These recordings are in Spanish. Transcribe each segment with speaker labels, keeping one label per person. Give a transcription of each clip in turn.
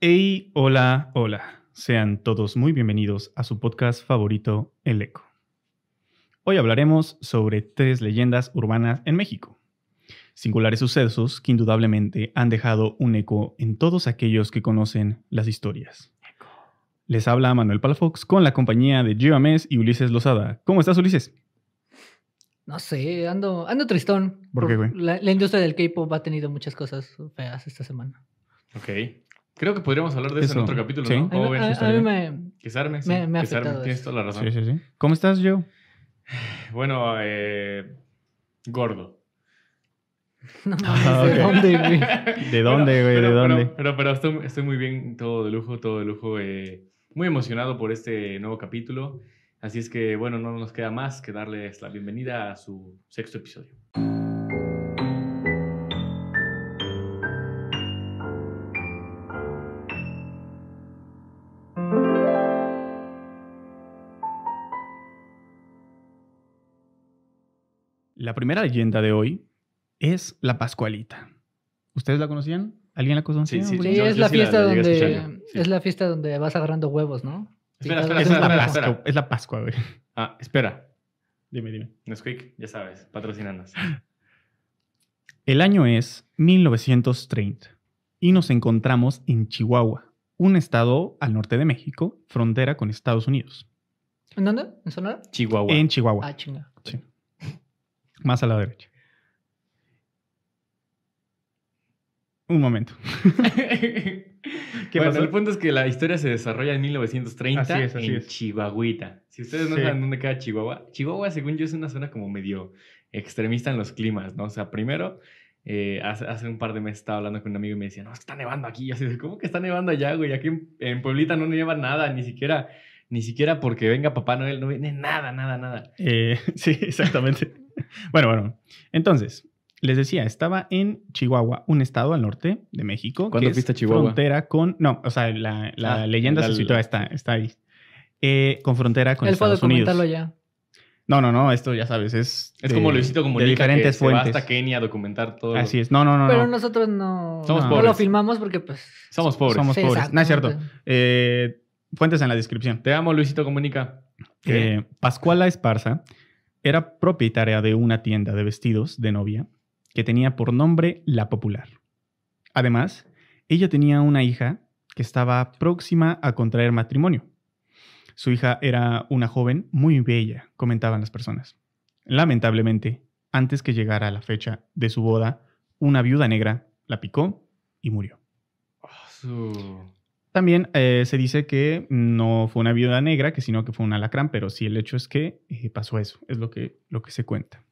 Speaker 1: Hey, hola, hola. Sean todos muy bienvenidos a su podcast favorito, El Eco. Hoy hablaremos sobre tres leyendas urbanas en México. Singulares sucesos que indudablemente han dejado un eco en todos aquellos que conocen las historias. Les habla Manuel Palafox con la compañía de Gio Amés y Ulises Lozada. ¿Cómo estás, Ulises?
Speaker 2: No sé, ando, ando tristón.
Speaker 1: ¿Por qué, güey?
Speaker 2: La, la industria del K-pop ha tenido muchas cosas feas esta semana.
Speaker 3: Ok. Creo que podríamos hablar de eso, en
Speaker 1: Eso,
Speaker 3: otro capítulo,
Speaker 1: sí.
Speaker 3: ¿no?
Speaker 2: A mí-
Speaker 3: Joven.
Speaker 2: a- a
Speaker 1: estaría
Speaker 2: mí me-
Speaker 3: que se arme, sí.
Speaker 2: me- me ha
Speaker 3: que se arme.
Speaker 2: afectado
Speaker 3: Tienes
Speaker 2: eso.
Speaker 3: toda la razón.
Speaker 1: Sí, sí, sí. ¿Cómo estás, Joe?
Speaker 3: Bueno, eh, gordo.
Speaker 2: No
Speaker 1: Ah,
Speaker 2: mames, ¿de
Speaker 1: ok.
Speaker 2: dónde, güey?
Speaker 1: ¿De dónde, güey?
Speaker 3: Pero-
Speaker 1: ¿De
Speaker 3: pero-
Speaker 1: dónde?
Speaker 3: Pero, pero, estoy, estoy muy bien, todo de lujo, todo de lujo. eh, muy emocionado por este nuevo capítulo. Así es que, bueno, no nos queda más que darles la bienvenida a su sexto episodio.
Speaker 1: La primera leyenda de hoy es la Pascualita. ¿Ustedes la conocían? ¿Alguien la conocía?
Speaker 2: Sí,
Speaker 3: Sí, yo-
Speaker 2: es
Speaker 3: yo
Speaker 2: la
Speaker 3: sí la-
Speaker 2: fiesta
Speaker 3: la llegué a escuchar
Speaker 2: donde
Speaker 3: yo, sí.
Speaker 2: es la fiesta donde vas agarrando huevos, ¿no? Sí,
Speaker 3: Espera,
Speaker 2: cada
Speaker 3: espera,
Speaker 1: Es
Speaker 2: vez más
Speaker 1: la,
Speaker 3: espera,
Speaker 2: guapo.
Speaker 1: Pascua, es la Pascua, güey.
Speaker 3: Ah, espera.
Speaker 1: Dime, dime.
Speaker 3: Nesquik, ya sabes, patrocinanos.
Speaker 1: El año es 1930 y nos encontramos en Chihuahua, un estado al norte de México, frontera con Estados Unidos.
Speaker 2: ¿En dónde? ¿En Sonora?
Speaker 3: Chihuahua.
Speaker 1: En Chihuahua,
Speaker 2: Ah, chinga.
Speaker 1: más a la derecha. Un momento.
Speaker 3: ¿Qué
Speaker 1: Bueno,
Speaker 3: pasó?
Speaker 1: el
Speaker 3: El punto es que la historia se desarrolla en 1930
Speaker 1: en
Speaker 3: en Chihuahuita. Si ustedes no
Speaker 1: Sí.
Speaker 3: saben dónde queda Chihuahua, Chihuahua, según yo, es una zona como medio extremista en los climas, ¿no? O sea, primero, eh, hace, hace un par de meses estaba hablando con un amigo y me decía, no, es que está nevando aquí. Y así, de, ¿cómo que está nevando allá, güey? Aquí en, en Pueblita no nieva nada, ni siquiera, ni siquiera porque venga Papá Noel, no viene nada, nada, nada.
Speaker 1: Eh, sí, exactamente. bueno, bueno. Entonces, les decía, estaba en Chihuahua, un estado al norte de México.
Speaker 3: ¿Cuándo
Speaker 1: es
Speaker 3: fuiste a Chihuahua?
Speaker 1: Frontera con. No, o sea, la, la
Speaker 3: Ah,
Speaker 1: leyenda
Speaker 3: la-
Speaker 1: se sitúa, está, está ahí. Eh, con frontera con
Speaker 2: Él fue a
Speaker 1: Estados Unidos.
Speaker 2: documentarlo ya.
Speaker 1: No, no, no, esto ya sabes, es.
Speaker 3: Es
Speaker 1: de-
Speaker 3: como Luisito
Speaker 1: De
Speaker 3: Comunica que
Speaker 1: diferentes
Speaker 3: se va
Speaker 1: fuentes.
Speaker 3: hasta Kenia a documentar todo.
Speaker 1: Así es. No, no, no.
Speaker 2: Pero
Speaker 1: no.
Speaker 2: nosotros no,
Speaker 3: Somos
Speaker 2: no lo
Speaker 3: pobres.
Speaker 2: filmamos porque pues...
Speaker 3: Somos pobres.
Speaker 1: Somos
Speaker 2: Sí,
Speaker 1: pobres. No es cierto.
Speaker 2: exactamente.
Speaker 1: Eh, fuentes en la descripción.
Speaker 3: Te amo, Luisito Comunica. ¿Qué?
Speaker 1: Eh, Pascuala Esparza era propietaria de una tienda de vestidos de novia que tenía por nombre La Popular. Además, ella tenía una hija que estaba próxima a contraer matrimonio. Su hija era una joven muy bella, comentaban las personas. Lamentablemente, antes que llegara la fecha de su boda, una viuda negra la picó y murió.
Speaker 3: Ah, su-
Speaker 1: También eh, se dice que no fue una viuda negra, que sino que fue un alacrán, pero sí el hecho es que eh, pasó eso, es lo que, lo que se cuenta.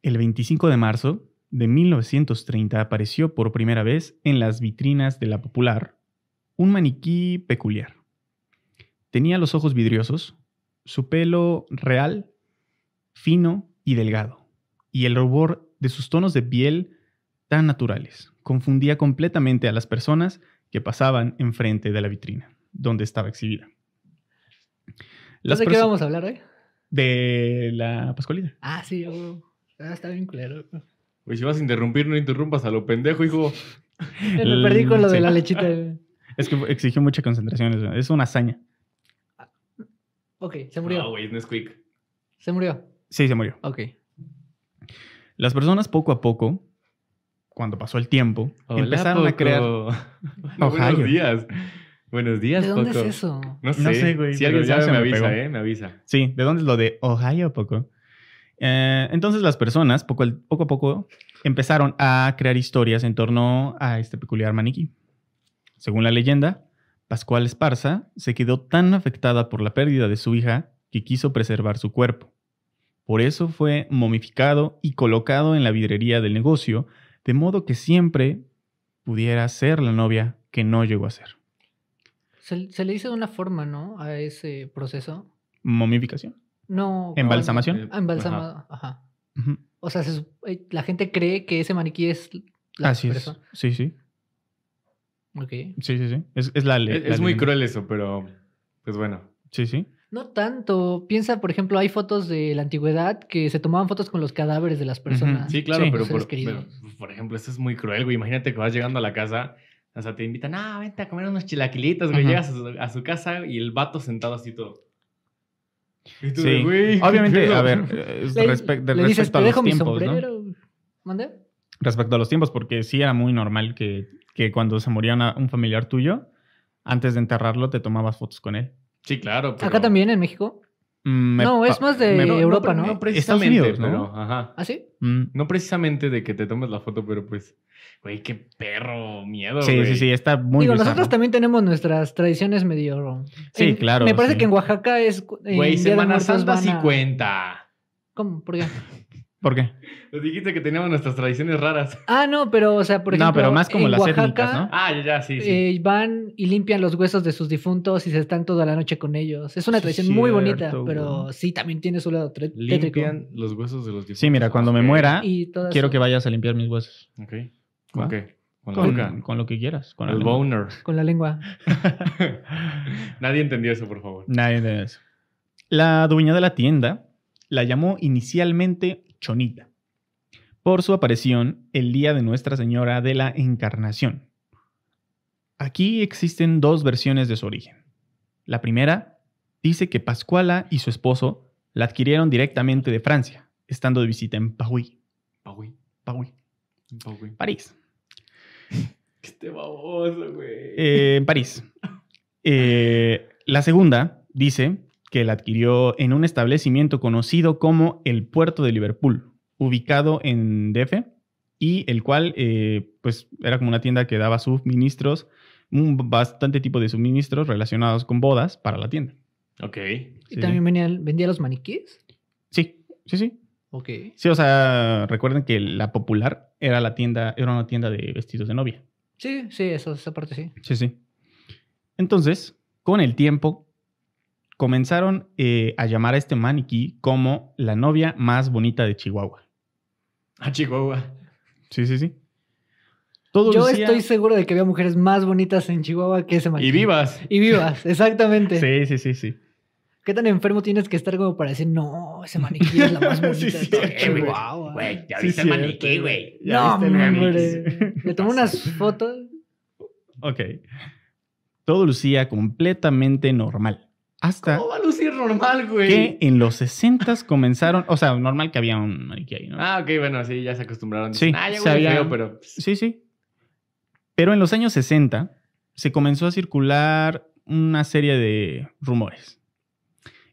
Speaker 1: El 25 de marzo de 1930 apareció por primera vez en las vitrinas de la Popular un maniquí peculiar. Tenía los ojos vidriosos, su pelo real, fino y delgado, y el rubor de sus tonos de piel tan naturales confundía completamente a las personas que pasaban enfrente de la vitrina, donde estaba exhibida. Las
Speaker 2: ¿De qué
Speaker 1: perso-
Speaker 2: vamos a hablar hoy?
Speaker 1: De la Pascualita.
Speaker 2: Ah, sí, yo... Ah, está bien claro.
Speaker 3: Güey, si vas a interrumpir, no interrumpas a lo pendejo, hijo.
Speaker 2: Me perdí con lo de
Speaker 1: Sí.
Speaker 2: la lechita.
Speaker 1: Es que exigió mucha concentración, es- es una hazaña.
Speaker 2: Ok, se murió.
Speaker 3: No, güey, no es quick.
Speaker 2: Se murió.
Speaker 1: Sí, se murió.
Speaker 2: Ok.
Speaker 1: Las personas poco a poco, cuando pasó el tiempo, empezaron a crear... Ohio.
Speaker 3: buenos días. Buenos días,
Speaker 2: ¿De dónde
Speaker 3: Poco.
Speaker 2: es eso?
Speaker 3: No sé,
Speaker 1: sé, güey,
Speaker 3: Si
Speaker 1: pero
Speaker 3: alguien
Speaker 1: ya
Speaker 3: sabe,
Speaker 1: se
Speaker 3: me
Speaker 1: me
Speaker 3: avisa,
Speaker 1: pegó.
Speaker 3: ¿eh? Me avisa.
Speaker 1: Sí, ¿de dónde es lo de Ohio poco? Eh, entonces las personas poco, al- poco a poco empezaron a crear historias en torno a este peculiar maniquí. Según la leyenda, Pascual Esparza se quedó tan afectada por la pérdida de su hija que quiso preservar su cuerpo. Por eso fue momificado y colocado en la vidrería del negocio, de modo que siempre pudiera ser la novia que no llegó a ser.
Speaker 2: Se, se le hizo de una forma, ¿no? A ese proceso.
Speaker 1: Momificación.
Speaker 2: No.
Speaker 1: Embalsamación.
Speaker 3: Eh,
Speaker 2: Ah, Embalsamado. Ajá.
Speaker 1: Ujú.
Speaker 2: O sea, se sup- eh, la gente cree que ese maniquí es la
Speaker 1: Así es.
Speaker 2: persona.
Speaker 1: Sí, sí.
Speaker 2: Ok.
Speaker 1: Sí, sí, sí. Es, es la
Speaker 3: Es,
Speaker 1: ley.
Speaker 3: es muy cruel eso, pero... Pues bueno.
Speaker 1: Sí, sí.
Speaker 2: No tanto. Piensa, por ejemplo, hay fotos de la antigüedad que se tomaban fotos con los cadáveres de las personas.
Speaker 3: Sí, claro,
Speaker 1: Sí.
Speaker 3: pero,
Speaker 2: Seres
Speaker 3: por,
Speaker 2: queridos.
Speaker 3: pero, por ejemplo, esto es muy cruel, güey. Imagínate que vas llegando a la casa O sea, te invitan, ah, vente a comer unos chilaquilitos, güey.
Speaker 1: Ajá.
Speaker 3: Llegas a su, a su casa y el vato sentado así todo. Y tú de,
Speaker 1: Sí.
Speaker 3: "Güey, ¿qué
Speaker 1: Obviamente,
Speaker 3: pedo?".
Speaker 1: a ver, eh,
Speaker 2: Le-
Speaker 1: respect- de-
Speaker 2: le dices,
Speaker 1: respecto a
Speaker 2: te dejo
Speaker 1: los
Speaker 2: mi
Speaker 1: tiempos, ¿no?
Speaker 2: sombrero. ¿Mande?
Speaker 1: Respecto a los tiempos, porque sí era muy normal que, que cuando se moría una- un familiar tuyo, antes de enterrarlo te tomabas fotos con él.
Speaker 3: Sí, claro. pero-
Speaker 2: Acá también, en México.
Speaker 1: Mm, me
Speaker 2: No,
Speaker 1: pa-
Speaker 2: es más de
Speaker 1: me-
Speaker 2: Europa, ¿no?
Speaker 3: pre-
Speaker 1: Estados
Speaker 3: precisamente,
Speaker 1: Unidos, ¿no?
Speaker 3: pero, ajá.
Speaker 2: ¿Ah, sí?
Speaker 1: Mm.
Speaker 3: No precisamente de que te tomes la foto, pero pues, güey, qué perro, miedo,
Speaker 1: Sí,
Speaker 3: güey.
Speaker 1: sí, sí, está muy
Speaker 2: Oh, Digo,
Speaker 1: bizarro.
Speaker 2: nosotros también tenemos nuestras tradiciones medio.
Speaker 1: Sí,
Speaker 2: en-
Speaker 1: claro,
Speaker 2: Me parece
Speaker 1: sí.
Speaker 2: que en Oaxaca es. cu- en
Speaker 3: Güey,
Speaker 2: Día de
Speaker 3: Semana
Speaker 2: Muertos
Speaker 3: Santa
Speaker 2: van
Speaker 3: sí
Speaker 2: a-
Speaker 3: cuenta.
Speaker 2: ¿Cómo? ¿Por qué?
Speaker 1: ¿Por qué?
Speaker 3: Nos dijiste que teníamos nuestras tradiciones raras.
Speaker 2: Ah, no, pero, o sea, por
Speaker 1: No,
Speaker 2: ejemplo.
Speaker 1: pero más como
Speaker 2: en
Speaker 1: las
Speaker 2: Oaxaca,
Speaker 1: étnicas, ¿no?
Speaker 3: Ah, ya, ya, sí, sí.
Speaker 2: eh, van y limpian los huesos de sus difuntos y se están toda la noche con ellos. Es una
Speaker 1: Sí,
Speaker 2: tradición muy bonita,
Speaker 1: cierto,
Speaker 2: pero
Speaker 1: güey.
Speaker 2: sí, también tiene su lado tre- tétrico.
Speaker 3: Limpian los huesos de los difuntos.
Speaker 1: Sí, mira, cuando me
Speaker 3: Ok,
Speaker 1: muera,
Speaker 2: Y todas
Speaker 1: Ah, quiero que vayas a limpiar mis huesos.
Speaker 3: Ok. ¿Con
Speaker 1: ¿Va?
Speaker 3: qué? Con la boca.
Speaker 1: Con, con lo que quieras. Con la
Speaker 3: el
Speaker 1: lengua.
Speaker 3: boner.
Speaker 2: con la lengua.
Speaker 3: Nadie entendió eso, por favor.
Speaker 1: Nadie de eso. La dueña de la tienda la llamó inicialmente Chonita por su aparición el día de Nuestra Señora de la Encarnación. Aquí existen dos versiones de su origen. La primera dice que Pascuala y su esposo la adquirieron directamente de Francia, estando de visita en Paui,
Speaker 3: Paui.
Speaker 1: Paui,
Speaker 3: Paui.
Speaker 1: París.
Speaker 3: Este baboso, güey.
Speaker 1: Eh, en París. Eh, la segunda dice que la adquirió en un establecimiento conocido como el Puerto de Liverpool, ubicado en DF, y el cual eh, pues era como una tienda que daba suministros, un bastante tipo de suministros relacionados con bodas para la tienda.
Speaker 3: Ok.
Speaker 2: Y
Speaker 1: Sí.
Speaker 2: también venía- vendía los maniquís.
Speaker 1: Sí, sí, sí.
Speaker 2: Ok.
Speaker 1: Sí, o sea, recuerden que la popular era la tienda, era una tienda de vestidos de novia.
Speaker 2: Sí, sí, eso, esa parte sí.
Speaker 1: Sí, sí. Entonces, con el tiempo, comenzaron eh, a llamar a este maniquí como la novia más bonita de Chihuahua.
Speaker 3: A Ah, Chihuahua.
Speaker 1: Sí, sí, sí. Todo
Speaker 2: Yo
Speaker 1: lucía-
Speaker 2: estoy seguro de que había mujeres más bonitas en Chihuahua que ese maniquí.
Speaker 3: Y vivas.
Speaker 2: Y vivas, exactamente.
Speaker 1: Sí, sí, sí, sí.
Speaker 2: ¿Qué tan enfermo tienes que estar como para decir, no, ese maniquí es la más bonita
Speaker 1: Sí,
Speaker 2: de
Speaker 1: sí,
Speaker 2: todo
Speaker 1: sí,
Speaker 2: Chihuahua"?
Speaker 3: Güey, ya
Speaker 1: ah. Sí,
Speaker 3: viste
Speaker 1: cierto,
Speaker 3: el maniquí, güey.
Speaker 1: Ya
Speaker 2: No,
Speaker 1: viste el
Speaker 2: hombre.
Speaker 1: maniquí.
Speaker 2: Le tomé unas fotos.
Speaker 1: Ok. Todo lucía completamente normal. Hasta
Speaker 3: ¿Cómo va a lucir normal, güey?
Speaker 1: que en los 60 comenzaron... O sea, normal que había un maniquí ahí, ¿no?
Speaker 3: Ah, ok, bueno, sí, ya se acostumbraron.
Speaker 1: Sí,
Speaker 3: Dicen, ah, ya
Speaker 1: se
Speaker 3: huele
Speaker 1: había-
Speaker 3: feo, pero. pues,
Speaker 1: Sí, sí. Pero en los años 60 se comenzó a circular una serie de rumores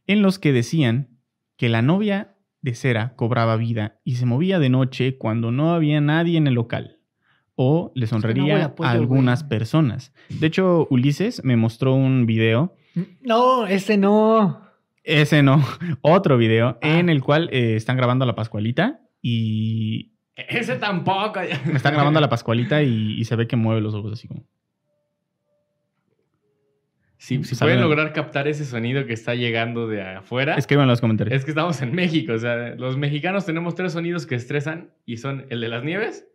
Speaker 1: en los que decían que la novia de cera cobraba vida y se movía de noche cuando no había nadie en el local o le
Speaker 2: no
Speaker 1: sonreía
Speaker 2: huele a pollo,
Speaker 1: a algunas
Speaker 2: güey.
Speaker 1: personas. De hecho, Ulises me mostró un video,
Speaker 2: No, ese no.
Speaker 1: ese no, otro video
Speaker 2: Ah.
Speaker 1: en el cual eh, están grabando a la Pascualita y
Speaker 3: Ese tampoco.
Speaker 1: están grabando a la Pascualita y, y se ve que mueve los ojos así como
Speaker 3: Si, si
Speaker 1: Saben-
Speaker 3: pueden lograr captar ese sonido que está llegando de afuera, es que,
Speaker 1: Escriban en los comentarios.
Speaker 3: estamos en México. O sea, los mexicanos tenemos tres sonidos que estresan y son el de las nieves,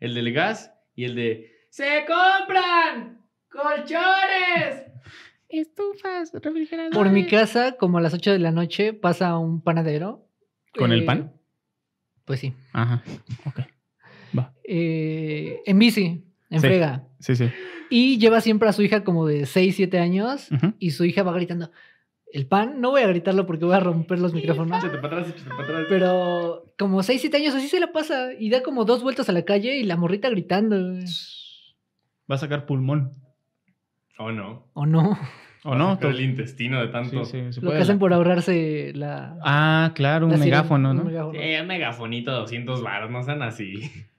Speaker 3: el del gas y el de ¡Se compran colchones!
Speaker 1: Estufas, refrigeradores.
Speaker 2: Por mi casa, como a las 8 de la noche, pasa un panadero.
Speaker 1: ¿Con el
Speaker 2: Eh,
Speaker 1: pan?
Speaker 2: Pues sí.
Speaker 1: Ajá. Ok. Va.
Speaker 2: Eh, en bici, en
Speaker 1: Sí.
Speaker 2: frega.
Speaker 1: Sí, sí.
Speaker 2: Y lleva siempre a su hija como de 6, 7 años.
Speaker 1: Ujú.
Speaker 2: Y su hija va gritando, el pan. No voy a gritarlo porque voy a romper los micrófonos.
Speaker 3: Échate para atrás, échate para atrás.
Speaker 2: Pero como 6, 7 años así se la pasa. Y da como dos vueltas a la calle y la morrita gritando.
Speaker 1: Va a sacar pulmón.
Speaker 3: ¿O no?
Speaker 2: ¿O no?
Speaker 1: ¿O
Speaker 3: Va a
Speaker 1: no?
Speaker 3: sacar el intestino de tanto.
Speaker 1: Sí, sí, se
Speaker 2: Lo
Speaker 1: puede.
Speaker 2: que hacen por ahorrarse la...
Speaker 1: Ah, claro,
Speaker 2: la
Speaker 1: un
Speaker 2: sirena,
Speaker 1: megáfono,
Speaker 2: un
Speaker 1: ¿no?
Speaker 2: megáfono.
Speaker 3: Eh, un megafonito, 200 baros, no sean así.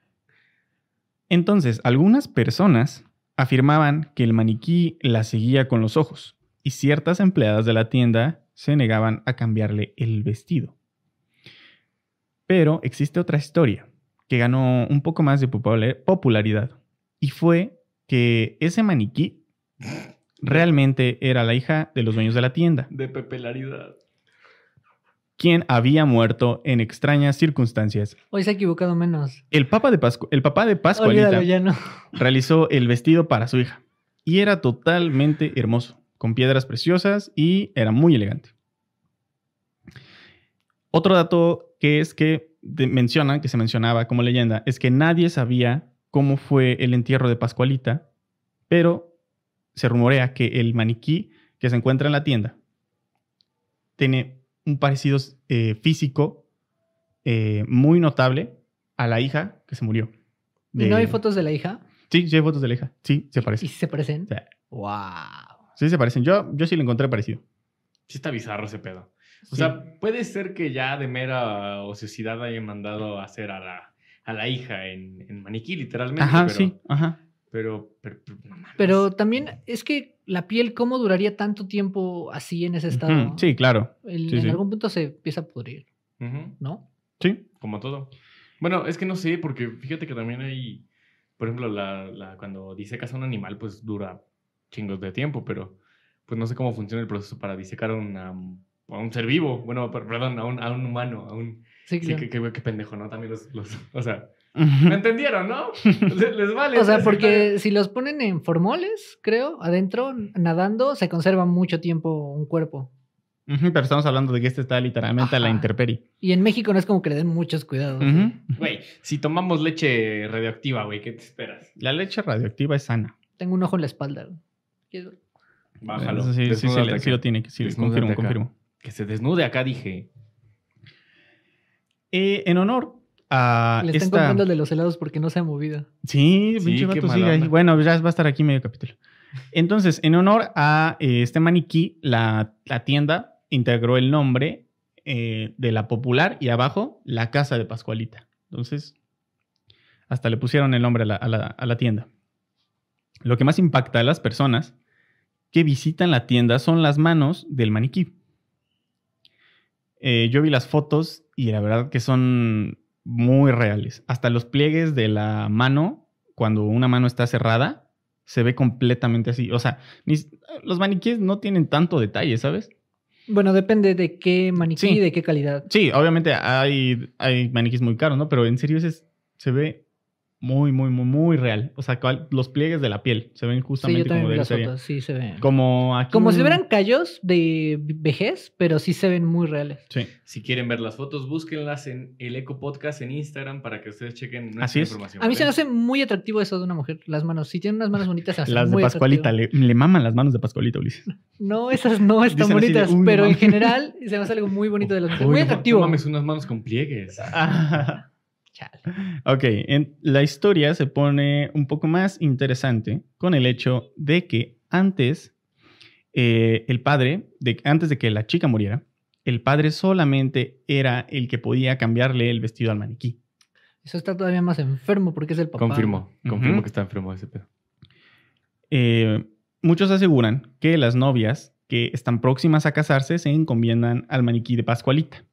Speaker 1: Entonces, algunas personas afirmaban que el maniquí la seguía con los ojos y ciertas empleadas de la tienda se negaban a cambiarle el vestido. Pero existe otra historia que ganó un poco más de popula- popularidad y fue que ese maniquí realmente era la hija de los dueños de la tienda,
Speaker 3: De pepelaridad.
Speaker 1: quien había muerto en extrañas circunstancias.
Speaker 2: Hoy se ha equivocado menos.
Speaker 1: El, papa de Pascu- el papá de Pascualita
Speaker 2: Olvídalo, ya no.
Speaker 1: realizó el vestido para su hija. Y era totalmente hermoso, con piedras preciosas y era muy elegante. Otro dato que es que de- mencionan, que se mencionaba como leyenda, es que nadie sabía cómo fue el entierro de Pascualita Pero se rumorea que el maniquí que se encuentra en la tienda tiene un parecido eh, físico eh, muy notable a la hija que se murió.
Speaker 2: ¿Y
Speaker 1: De-
Speaker 2: no hay fotos de la hija?
Speaker 1: Sí, sí hay fotos de la hija. Sí, se
Speaker 2: ¿Y
Speaker 1: parecen.
Speaker 2: si se parecen?
Speaker 1: Sí.
Speaker 2: ¡Wow!
Speaker 1: Sí, se parecen. Yo, yo sí le encontré parecido.
Speaker 3: Sí está bizarro ese pedo. O sea, puede ser que ya de mera ociosidad hayan mandado a hacer a la, a la hija en, en maniquí, literalmente.
Speaker 1: Ajá,
Speaker 3: pero,
Speaker 1: sí, ajá.
Speaker 3: Pero, pero, pero, no mames.
Speaker 2: Pero también es que la piel, ¿cómo duraría tanto tiempo así en ese estado?
Speaker 1: Ujú, Sí, claro.
Speaker 2: El-
Speaker 1: sí,
Speaker 2: en
Speaker 1: sí.
Speaker 2: algún punto se empieza a pudrir,
Speaker 3: Ujú,
Speaker 2: ¿no?
Speaker 1: Sí.
Speaker 3: como todo. Bueno, es que no sé, porque fíjate que también hay, por ejemplo, la, la, cuando disecas a un animal, pues dura chingos de tiempo, pero pues no sé cómo funciona el proceso para disecar a, una- a un ser vivo. Bueno, per- perdón, a un, a un humano, a un...
Speaker 2: Sí,
Speaker 3: Sí,
Speaker 2: claro.
Speaker 3: qué, qué- qué pendejo, ¿no? También los... los o sea, ¿me entendieron, no? Les, les vale.
Speaker 2: O sea,
Speaker 3: sí,
Speaker 2: porque si los ponen en formoles, creo, adentro, nadando, se conserva mucho tiempo un cuerpo.
Speaker 1: Ujú, Pero estamos hablando de que este está literalmente a la
Speaker 2: Ajá.
Speaker 1: intemperie.
Speaker 2: Y en México no es como que le den muchos cuidados. ¿eh?
Speaker 1: Ujú.
Speaker 3: Güey, si tomamos leche radioactiva, güey, ¿qué te esperas?
Speaker 1: La leche radioactiva es sana.
Speaker 2: Tengo un ojo en la espalda. güey. ¿Quieres ver?
Speaker 3: Bájalo.
Speaker 1: Eso sí, sí, sí,
Speaker 3: desnúdate
Speaker 1: le- sí
Speaker 3: acá.
Speaker 1: lo tiene. Sí,
Speaker 3: Desnúdate
Speaker 1: confirmo,
Speaker 3: acá.
Speaker 1: confirmo.
Speaker 3: Que se desnude acá, dije.
Speaker 1: Eh, en honor a
Speaker 2: Le están
Speaker 1: Ah, esta...
Speaker 2: comprando el de los helados porque no se ha movido.
Speaker 1: Sí,
Speaker 3: Sí,
Speaker 1: pinche
Speaker 3: qué
Speaker 1: vato
Speaker 3: mala
Speaker 1: sigue ahí.
Speaker 3: onda.
Speaker 1: Bueno, ya va a estar aquí medio capítulo. Entonces, en honor a eh, este maniquí, la, la tienda integró el nombre eh, de la popular y abajo la casa de Pascualita. Entonces, hasta le pusieron el nombre a la, a la- a la tienda. Lo que más impacta a las personas que visitan la tienda son las manos del maniquí. Eh, yo vi las fotos y la verdad que son muy reales. Hasta los pliegues de la mano, cuando una mano está cerrada, se ve completamente así. O sea, ni- los maniquíes no tienen tanto detalle, ¿sabes?
Speaker 2: Bueno, depende de qué maniquí
Speaker 1: Sí.
Speaker 2: y de qué calidad.
Speaker 1: Sí, obviamente hay, hay maniquíes muy caros, ¿no? Pero en serio ese es- se ve muy, muy, muy, muy real. O sea, cual- los pliegues de la piel se ven
Speaker 2: Sí, yo
Speaker 1: justamente
Speaker 2: también
Speaker 1: como
Speaker 2: vi
Speaker 1: de
Speaker 2: las
Speaker 1: serie.
Speaker 2: fotos. Sí, se ven. Como,
Speaker 1: Como Mm. aquí.
Speaker 2: si hubieran callos de vejez, pero sí se ven muy reales.
Speaker 1: Sí.
Speaker 3: Si quieren ver las fotos, búsquenlas en el Eco Podcast en Instagram para que ustedes chequen nuestra
Speaker 1: Así es.
Speaker 3: información.
Speaker 2: A mí se me
Speaker 3: ¿vale?
Speaker 2: hace muy atractivo eso de una mujer, las manos. Si tienen unas manos bonitas, se me hace
Speaker 1: Las de
Speaker 2: muy
Speaker 1: Pascualita,
Speaker 2: atractivo.
Speaker 1: le, le maman las manos de Pascualita, Ulises.
Speaker 2: No, esas no están
Speaker 1: Dicen así de,
Speaker 2: bonitas,
Speaker 1: "Uy, no
Speaker 2: pero en
Speaker 1: mames".
Speaker 2: general se me hace algo muy bonito de las mujeres. Muy
Speaker 3: Uy, no,
Speaker 2: atractivo.
Speaker 3: No mames, unas manos con pliegues.
Speaker 2: Chale.
Speaker 1: Ok, en, la historia se pone un poco más interesante con el hecho de que antes eh, el padre, de, antes de que la chica muriera, el padre solamente era el que podía cambiarle el vestido al maniquí.
Speaker 2: Eso está todavía más enfermo porque es el papá.
Speaker 3: Confirmo, confirmo
Speaker 1: Ujú.
Speaker 3: que está enfermo ese pedo.
Speaker 1: Eh, muchos aseguran que las novias que están próximas a casarse se encomiendan al maniquí de Pascualita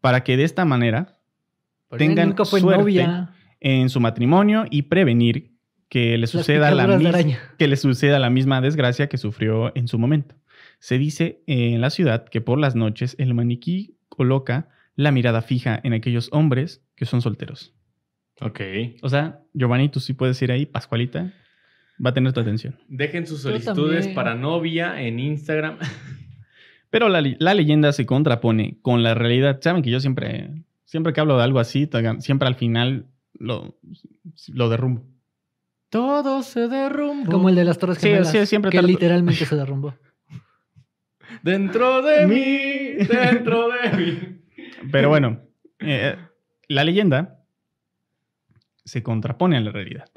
Speaker 1: para que de esta manera
Speaker 2: Pero él
Speaker 1: Tengan
Speaker 2: nunca fue
Speaker 1: suerte.
Speaker 2: novia.
Speaker 1: en su matrimonio y prevenir que le suceda la
Speaker 2: picaduras de
Speaker 1: misma
Speaker 2: araña.
Speaker 1: que le suceda la misma desgracia que sufrió en su momento. Se dice eh, en la ciudad que por las noches el maniquí coloca la mirada fija en aquellos hombres que son solteros.
Speaker 3: Ok.
Speaker 1: O sea, Giovanni, tú sí puedes ir ahí, Pascualita va a tener tu atención.
Speaker 3: Dejen sus
Speaker 2: Yo
Speaker 3: solicitudes
Speaker 2: también.
Speaker 3: para novia en Instagram.
Speaker 1: Pero la, li- la leyenda se contrapone con la realidad. Saben que yo siempre, siempre que hablo de algo así, tagan- siempre al final lo, lo derrumbo.
Speaker 3: Todo se derrumbó.
Speaker 2: Como el de las Torres
Speaker 1: Sí,
Speaker 2: Gemelas.
Speaker 1: sí, siempre
Speaker 2: que
Speaker 1: trato-
Speaker 2: literalmente se derrumbó.
Speaker 3: Dentro de
Speaker 1: Mi-
Speaker 3: mí, dentro de mí.
Speaker 1: Pero bueno, eh, la leyenda se contrapone a la realidad,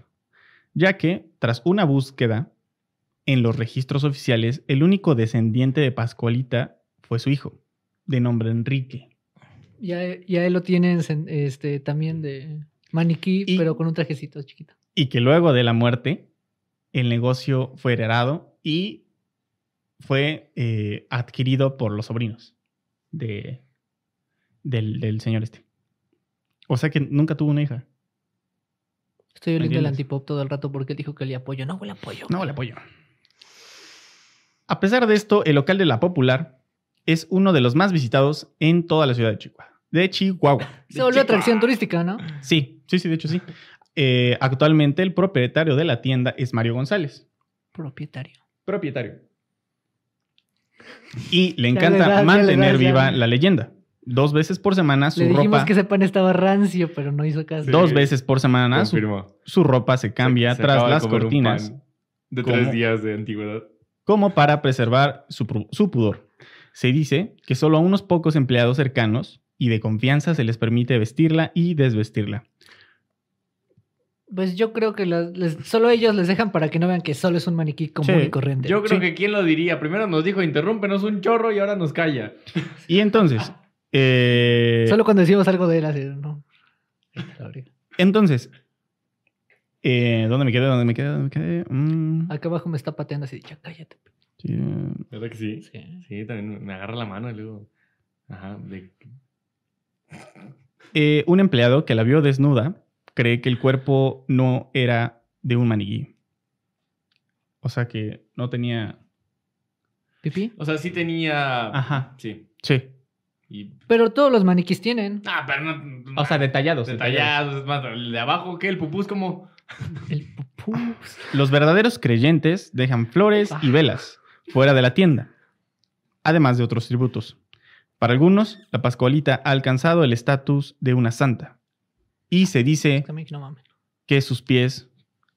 Speaker 1: ya que tras una búsqueda en los registros oficiales, el único descendiente de Pascualita fue su hijo, de nombre Enrique.
Speaker 2: Ya, ya él lo tienen sen- este, también de maniquí,
Speaker 1: Y-
Speaker 2: pero con un trajecito chiquito.
Speaker 1: Y que luego de la muerte, el negocio fue heredado y fue eh, adquirido por los sobrinos de, del, del señor este. O sea que nunca tuvo una hija.
Speaker 2: Estoy oliendo el
Speaker 1: ¿Entiendes?
Speaker 2: antipop todo el rato porque él dijo que le apoyo. No, le apoyo.
Speaker 1: No, le apoyo. A pesar de esto, el local de La Popular es uno de los más visitados en toda la ciudad de Chihuahua. De Chihuahua.
Speaker 2: Se volvió atracción
Speaker 1: turística.
Speaker 2: turística, ¿no?
Speaker 1: Sí, sí, sí, de hecho sí. Eh, actualmente el propietario de la tienda es Mario González.
Speaker 2: Propietario.
Speaker 1: Propietario. Y le
Speaker 2: Ya le
Speaker 1: encanta
Speaker 2: das, ya le
Speaker 1: mantener
Speaker 2: das, ya.
Speaker 1: viva la leyenda. Dos veces por semana su
Speaker 2: le dijimos
Speaker 1: ropa...
Speaker 2: que ese pan estaba rancio, pero no hizo caso.
Speaker 1: Dos veces por semana su,
Speaker 3: Confirmo.
Speaker 1: su ropa se cambia
Speaker 3: Se- se
Speaker 1: tras
Speaker 3: acaba de
Speaker 1: las
Speaker 3: comer un
Speaker 1: cortinas.
Speaker 3: pan De
Speaker 1: ¿Cómo?
Speaker 3: tres días de antigüedad.
Speaker 1: como para preservar su, pru- su pudor. Se dice que solo a unos pocos empleados cercanos y de confianza se les permite vestirla y desvestirla.
Speaker 2: Pues yo creo que las- les- solo ellos les dejan para que no vean que solo es un maniquí común
Speaker 1: Sí,
Speaker 2: y corriente.
Speaker 3: Yo creo
Speaker 1: Sí.
Speaker 3: que quién lo diría. Primero nos dijo, interrúmpenos un chorro y ahora nos calla.
Speaker 1: Y entonces, eh,
Speaker 2: Solo cuando decimos algo de él, así, no.
Speaker 1: entonces, eh, ¿dónde me quedé? ¿Dónde me quedé? ¿Dónde me quedé? Mm,
Speaker 2: Acá abajo me está pateando así, ya cállate. pues.
Speaker 1: sí, eh,
Speaker 3: ¿Verdad que sí?
Speaker 2: Sí.
Speaker 3: Sí, también me agarra la mano y luego... Ajá, de-
Speaker 1: Eh, un empleado que la vio desnuda cree que el cuerpo no era de un maniquí. O sea que no tenía.
Speaker 2: ¿Pipí?
Speaker 3: O sea, sí tenía...
Speaker 1: Ajá,
Speaker 3: Sí.
Speaker 1: sí.
Speaker 3: Y...
Speaker 2: Pero todos los maniquís tienen.
Speaker 3: Ah, pero no...
Speaker 1: O sea, detallados.
Speaker 3: pues, detallados, es más, el de abajo, ¿qué? El pupus como...
Speaker 2: El pupus.
Speaker 1: Los verdaderos creyentes dejan flores y velas fuera de la tienda, además de otros tributos. Para algunos, la Pascualita ha alcanzado el estatus de una santa. Y se dice
Speaker 2: También que no mames.
Speaker 1: que sus pies,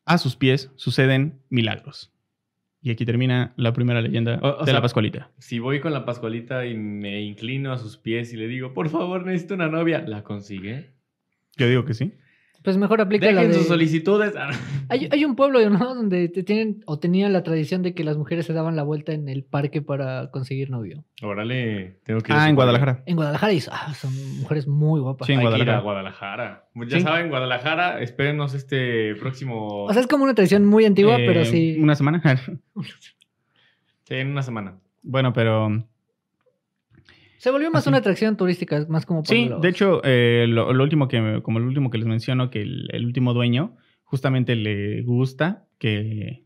Speaker 1: a sus pies, suceden milagros. Y aquí termina la primera leyenda
Speaker 3: O- o
Speaker 1: de
Speaker 3: sea,
Speaker 1: la Pascualita.
Speaker 3: Si voy con la Pascualita y me inclino a sus pies y le digo, por favor, necesito una novia, ¿la consigue?
Speaker 1: Yo digo que sí.
Speaker 2: Pues mejor aplica la
Speaker 3: Dejen sus
Speaker 2: de...
Speaker 3: solicitudes. Ah,
Speaker 2: Hay, hay un pueblo, ¿no? Donde te tienen o tenían la tradición de que las mujeres se daban la vuelta en el parque para conseguir novio.
Speaker 3: Órale, tengo que ir a
Speaker 1: Ah,
Speaker 3: ese
Speaker 1: en
Speaker 3: pueblo.
Speaker 1: Guadalajara.
Speaker 2: En Guadalajara y- ah, son mujeres muy guapas.
Speaker 1: Sí. en
Speaker 3: Hay
Speaker 1: Guadalajara.
Speaker 3: que ir a Guadalajara. Ya
Speaker 1: Sí.
Speaker 3: saben, Guadalajara, espérenos este próximo...
Speaker 2: O sea, es como una tradición muy antigua,
Speaker 1: Eh,
Speaker 2: pero sí.
Speaker 1: Una semana.
Speaker 3: sí, en una semana.
Speaker 1: bueno, pero.
Speaker 2: Se volvió más
Speaker 1: Así.
Speaker 2: una atracción turística, más como para
Speaker 1: Sí,
Speaker 2: los-
Speaker 1: de hecho, eh, lo, lo último que, como lo último que les menciono, que el, el último dueño justamente le gusta que,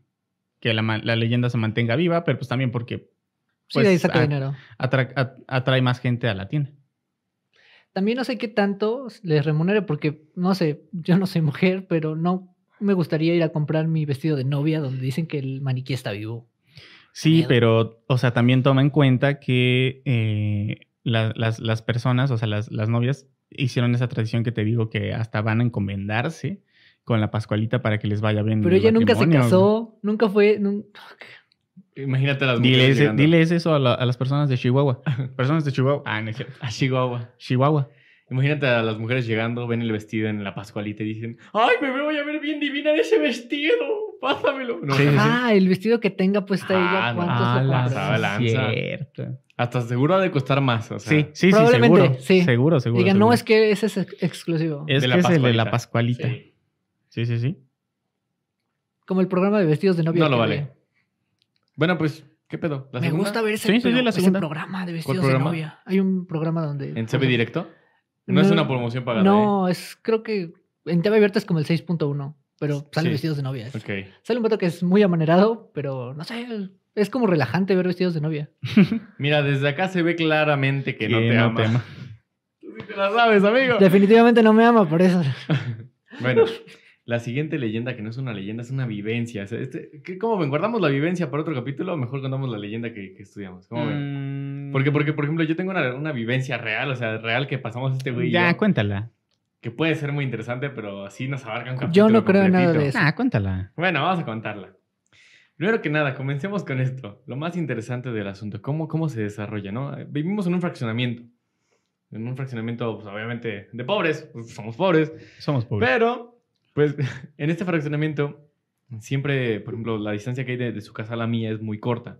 Speaker 1: que la, ma- la leyenda se mantenga viva, pero pues también porque
Speaker 2: Sí, de ahí
Speaker 1: pues,
Speaker 2: saca
Speaker 1: ah.
Speaker 2: dinero.
Speaker 1: atra- at- atrae más gente a la tienda.
Speaker 2: También no sé qué tanto les remunere, porque no sé, yo no soy mujer, pero no me gustaría ir a comprar mi vestido de novia donde dicen que el maniquí está vivo.
Speaker 1: Sí,
Speaker 2: Miedo.
Speaker 1: pero, o sea, también toma en cuenta que eh, la- las, las personas, o sea, las, las novias hicieron esa tradición que te digo que hasta van a encomendarse con la Pascualita para que les vaya bien.
Speaker 2: Pero
Speaker 1: el
Speaker 2: ella nunca se
Speaker 1: Mm, matrimonio, güey.
Speaker 2: casó, nunca fue. nun-
Speaker 3: Imagínate las mujeres
Speaker 1: Diles,
Speaker 3: llegando
Speaker 1: diles eso a, la- a las personas de Chihuahua. Personas de Chihuahua. Ah, no es cierto.
Speaker 3: a Chihuahua.
Speaker 1: Chihuahua.
Speaker 3: Imagínate a las mujeres llegando, ven el vestido en la Pascualita y dicen, ¡Ay, me voy a ver bien divina en ese vestido! ¡Pásamelo! No,
Speaker 1: Sí, sí, sí.
Speaker 2: Ah, el vestido que tenga puesta
Speaker 3: Ah,
Speaker 2: ella,
Speaker 3: no.
Speaker 2: ¿cuántos
Speaker 3: Ah,
Speaker 2: lo
Speaker 3: la
Speaker 2: compras?
Speaker 3: sabe la- lanza.
Speaker 1: Cierto.
Speaker 3: Hasta seguro ha de costar más, o sea.
Speaker 1: Sí, sí, sí,
Speaker 2: Probablemente,
Speaker 1: seguro.
Speaker 2: sí.
Speaker 1: Seguro, seguro.
Speaker 2: Diga,
Speaker 1: seguro.
Speaker 2: no, es que ese es ex- exclusivo.
Speaker 1: Es
Speaker 3: de la
Speaker 1: que es el de la
Speaker 3: Pascualita.
Speaker 1: Pascualita. Sí,
Speaker 3: Sí.
Speaker 1: sí, sí.
Speaker 2: Como el programa de vestidos de novia.
Speaker 3: No lo
Speaker 2: que
Speaker 3: vale.
Speaker 2: ve.
Speaker 3: Bueno, pues, ¿qué pedo? ¿La
Speaker 2: Me
Speaker 3: segunda?
Speaker 2: gusta ver ese,
Speaker 1: Sí, sí, sí,
Speaker 2: pero-
Speaker 1: la
Speaker 2: ese
Speaker 1: segunda.
Speaker 2: programa de vestidos de
Speaker 3: programa?
Speaker 2: novia. Hay un programa donde.
Speaker 3: ¿En CB Directo? No, es una ¿eh? promoción pagada.
Speaker 2: No, es creo que en TV abierta es como el 6.1, pero salen
Speaker 3: Sí.
Speaker 2: vestidos de novia.
Speaker 3: ¿eh? Ok.
Speaker 2: Sale un vato que es muy amanerado, pero no sé, es como relajante ver vestidos de novia.
Speaker 3: Mira, desde acá se ve claramente que no
Speaker 1: Que
Speaker 3: te ama.
Speaker 1: ama.
Speaker 3: Tú sí te la sabes, amigo.
Speaker 2: Definitivamente no me ama por eso.
Speaker 3: Bueno, la siguiente leyenda, que no es una leyenda, es una vivencia. O sea, este- ¿qué- ¿Cómo ven? ¿Guardamos la vivencia para otro capítulo o mejor contamos la leyenda que, que estudiamos? ¿Cómo
Speaker 1: Mm.
Speaker 3: ven? Porque, porque, por ejemplo, yo tengo una, una vivencia real, o sea, real que pasamos este güey y
Speaker 1: Ya,
Speaker 3: yo,
Speaker 1: cuéntala.
Speaker 3: que puede ser muy interesante, pero así nos abarca un capítulo
Speaker 2: Yo no creo en nada
Speaker 3: completito.
Speaker 2: de eso.
Speaker 1: Ah, cuéntala.
Speaker 3: Bueno, vamos a contarla. Primero que nada, comencemos con esto, lo más interesante del asunto, cómo, cómo se desarrolla, ¿no? Eh, Vivimos en un fraccionamiento, en un fraccionamiento, pues, obviamente, de pobres, pues, somos pobres,
Speaker 1: Somos pobres.
Speaker 3: pero, pues, en este fraccionamiento, siempre, por ejemplo, la distancia que hay de, de su casa a la mía es muy corta.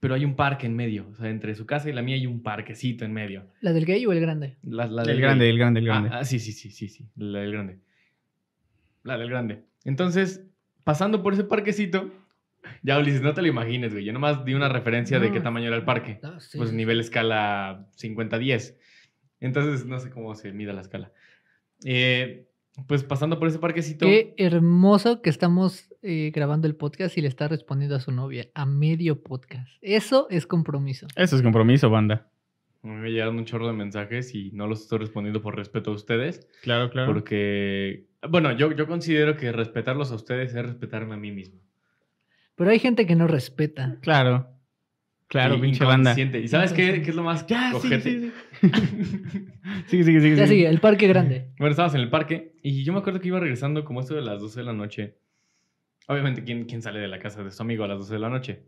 Speaker 3: Pero hay un parque en medio. O sea, entre su casa y la mía hay un parquecito en medio.
Speaker 2: ¿La del gay o el grande?
Speaker 3: La, la
Speaker 1: el
Speaker 3: del-
Speaker 1: grande, el grande, el
Speaker 3: Ah,
Speaker 1: grande.
Speaker 3: Ah, sí, sí, sí, sí, sí. La del grande. La del grande. Entonces, pasando por ese parquecito, ya Ulises, no te lo imagines, güey. Yo nomás di una referencia de
Speaker 2: No.
Speaker 3: qué tamaño era el parque.
Speaker 2: Ah, sí.
Speaker 3: Pues nivel escala 50-10. Entonces, no sé cómo se mida la escala. Eh, pues pasando por ese parquecito.
Speaker 2: Qué hermoso que estamos eh, grabando el podcast y le está respondiendo a su novia a medio podcast. Eso es compromiso.
Speaker 1: Eso es compromiso, banda.
Speaker 3: Me llegaron un chorro de mensajes y no los estoy respondiendo por respeto a ustedes.
Speaker 1: Claro, claro.
Speaker 3: Porque, bueno, yo, yo considero que respetarlos a ustedes es respetarme a mí mismo.
Speaker 2: Pero hay gente que no respeta.
Speaker 1: Claro. Claro,
Speaker 3: Y
Speaker 1: pinche banda. Ah,
Speaker 3: inconsciente. ¿Y sabes qué, qué es lo más
Speaker 1: Ya, sigue,
Speaker 3: cojete?
Speaker 1: sigue, sigue. Sigue, sigue, sigue,
Speaker 2: Ya
Speaker 1: sigue.
Speaker 2: sigue, el parque grande.
Speaker 3: Bueno, estábamos en el parque y yo me acuerdo que iba regresando como esto de las 12 de la noche. Obviamente, ¿quién, ¿quién sale de la casa de su amigo a las 12 de la noche?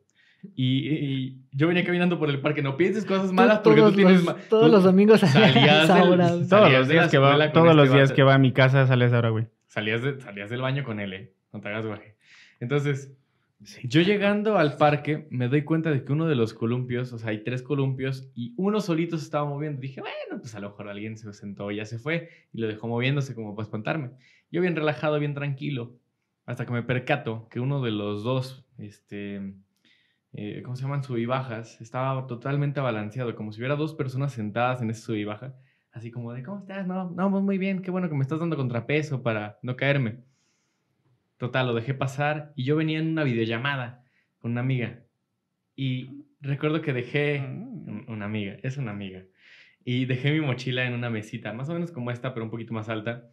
Speaker 3: Y, y yo venía caminando por el parque, no pienses cosas malas
Speaker 2: Tú-
Speaker 3: porque tú
Speaker 2: todos
Speaker 3: tienes...
Speaker 2: los,
Speaker 3: ma-
Speaker 2: todos
Speaker 3: tú
Speaker 2: los amigos a
Speaker 3: salías
Speaker 2: esa
Speaker 3: del-
Speaker 2: hora.
Speaker 3: sal-
Speaker 1: Todos
Speaker 3: Salías
Speaker 1: los
Speaker 3: de
Speaker 1: días
Speaker 3: la
Speaker 1: que va,
Speaker 3: escuela con
Speaker 1: todos los
Speaker 3: este
Speaker 1: días
Speaker 3: vato.
Speaker 1: que va a mi casa sales ahora, güey.
Speaker 3: salías, de- salías del baño con él, ¿eh? No te hagas guaje. Entonces, yo llegando al parque, me doy cuenta de que uno de los columpios, o sea, hay tres columpios, y uno solito se estaba moviendo. Dije, bueno, pues a lo mejor alguien se sentó y ya se fue, y lo dejó moviéndose como para espantarme. Yo bien relajado, bien tranquilo, hasta que me percato que uno de los dos, este, eh, ¿cómo se llaman? Subibajas, estaba totalmente balanceado, como si hubiera dos personas sentadas en ese subibaja, así como de, ¿cómo estás? No, no, muy bien, qué bueno que me estás dando contrapeso para no caerme. Total, lo dejé pasar y yo venía en una videollamada con una amiga. Y recuerdo que dejé, un- una amiga, es una amiga, y dejé mi mochila en una mesita, más o menos como esta, pero un poquito más alta.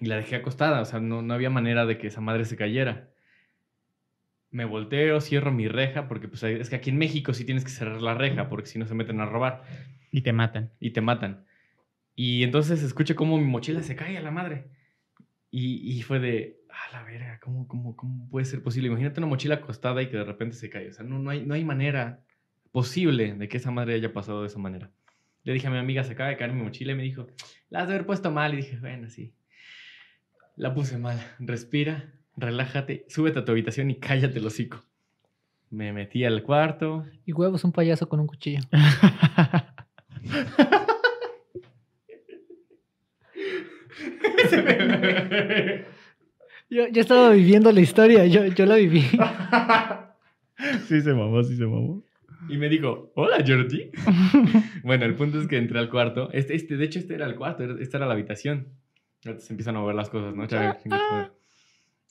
Speaker 3: Y la dejé acostada, o sea, no, no había manera de que esa madre se cayera. Me volteo, cierro mi reja, porque pues, es que aquí en México sí tienes que cerrar la reja, porque si no se meten a robar
Speaker 1: Y te matan.
Speaker 3: y te matan. Y entonces escuché cómo mi mochila se cae a la madre. Y, y fue de, a la verga, ¿cómo, cómo, ¿cómo puede ser posible? Imagínate una mochila acostada y que de repente se cae. O sea, no, no, hay, no hay manera posible de que esa madre haya pasado de esa manera. Le dije a mi amiga, se acaba de caer mi mochila y me dijo, la has de haber puesto mal. Y dije, bueno, sí. La puse mal. Respira, relájate, súbete a tu habitación y cállate el hocico. Me metí al cuarto,
Speaker 2: Y huevos, un payaso con un cuchillo. Yo, yo estaba viviendo la historia, yo, yo la viví.
Speaker 1: sí se mamó, sí se mamó.
Speaker 3: Y me dijo, hola Jordi. bueno, el punto es que entré al cuarto. Este, este, de hecho, este era el cuarto, era- esta era la habitación. Ahorita se empiezan a mover las cosas, ¿no? Chale, chinga tu madre.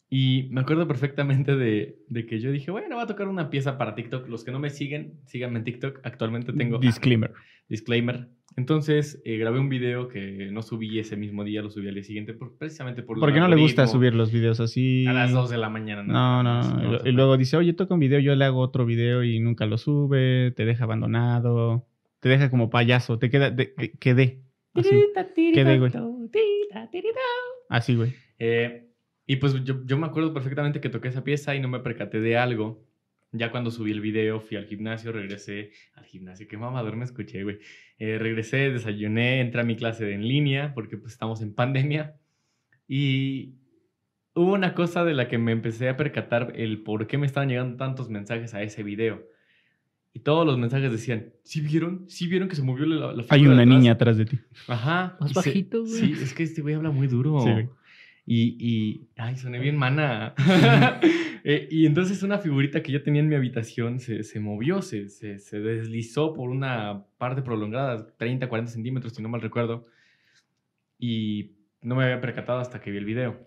Speaker 3: Y me acuerdo perfectamente de, de que yo dije, bueno, va a tocar una pieza para TikTok. Los que no me siguen, síganme en TikTok. Actualmente tengo
Speaker 1: Disclaimer.
Speaker 3: disclaimer. Entonces, eh, grabé un video que no subí ese mismo día, lo subí al día siguiente, por- precisamente por...
Speaker 1: ¿Por qué no le gusta
Speaker 3: algoritmo.
Speaker 1: subir los videos así?
Speaker 3: A las 2 de la mañana,
Speaker 1: No, no,
Speaker 3: Sí,
Speaker 1: no.
Speaker 3: no,
Speaker 1: Y luego dice, oye, toca un video, yo le hago otro video y nunca lo sube, te deja abandonado, te deja como payaso, te queda, de- que- quedé. Así, quedé, güey. Así, güey.
Speaker 3: Eh, y pues yo, yo me acuerdo perfectamente que toqué esa pieza y no me percaté de algo. Ya cuando subí el video, fui al gimnasio, regresé al gimnasio. Qué mamador me escuché, güey. Eh, regresé, desayuné, entré a mi clase de en línea porque pues estamos en pandemia. Y hubo una cosa de la que me empecé a percatar el por qué me estaban llegando tantos mensajes a ese video. Y todos los mensajes decían, ¿sí vieron? ¿Sí vieron que se movió la, la
Speaker 1: Hay
Speaker 3: figura de
Speaker 1: una
Speaker 3: atrás?"
Speaker 1: niña atrás de ti.
Speaker 3: Ajá.
Speaker 2: Más
Speaker 3: y se-
Speaker 2: bajito, güey.
Speaker 3: Sí, es que este güey habla muy duro.
Speaker 1: Sí, güey.
Speaker 3: Y, y, ay, soné bien mana. Eh, y entonces una figurita que yo tenía en mi habitación se, se movió, se, se, se deslizó por una parte prolongada, 30, 40 centímetros, si no mal recuerdo. Y no me había percatado hasta que vi el video.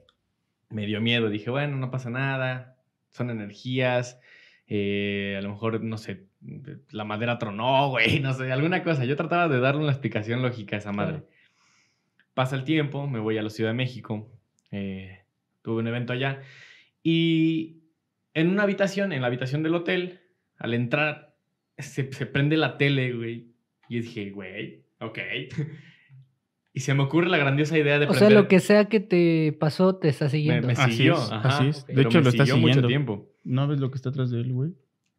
Speaker 3: Me dio miedo, dije, bueno, no pasa nada, son energías, eh, a lo mejor, no sé, la madera tronó, güey, no sé, alguna cosa. Yo trataba de darle una explicación lógica a esa madre.
Speaker 2: Claro.
Speaker 3: Pasa el tiempo, me voy a la Ciudad de México, eh, tuve un evento allá, y en una habitación, en la habitación del hotel, al entrar, se, se prende la tele, güey, y dije, güey, ok. Y se me ocurre la grandiosa idea de
Speaker 2: O sea, lo
Speaker 3: prender-
Speaker 2: que sea que te pasó te está
Speaker 3: me,
Speaker 2: siguiendo.
Speaker 3: me
Speaker 1: Así
Speaker 3: siguió.
Speaker 1: es,
Speaker 3: ajá,
Speaker 1: así es. De
Speaker 3: pero
Speaker 1: hecho,
Speaker 3: me
Speaker 1: lo está
Speaker 3: siguió
Speaker 1: siguiendo.
Speaker 3: mucho tiempo.
Speaker 1: ¿No ves lo que está atrás de él, güey?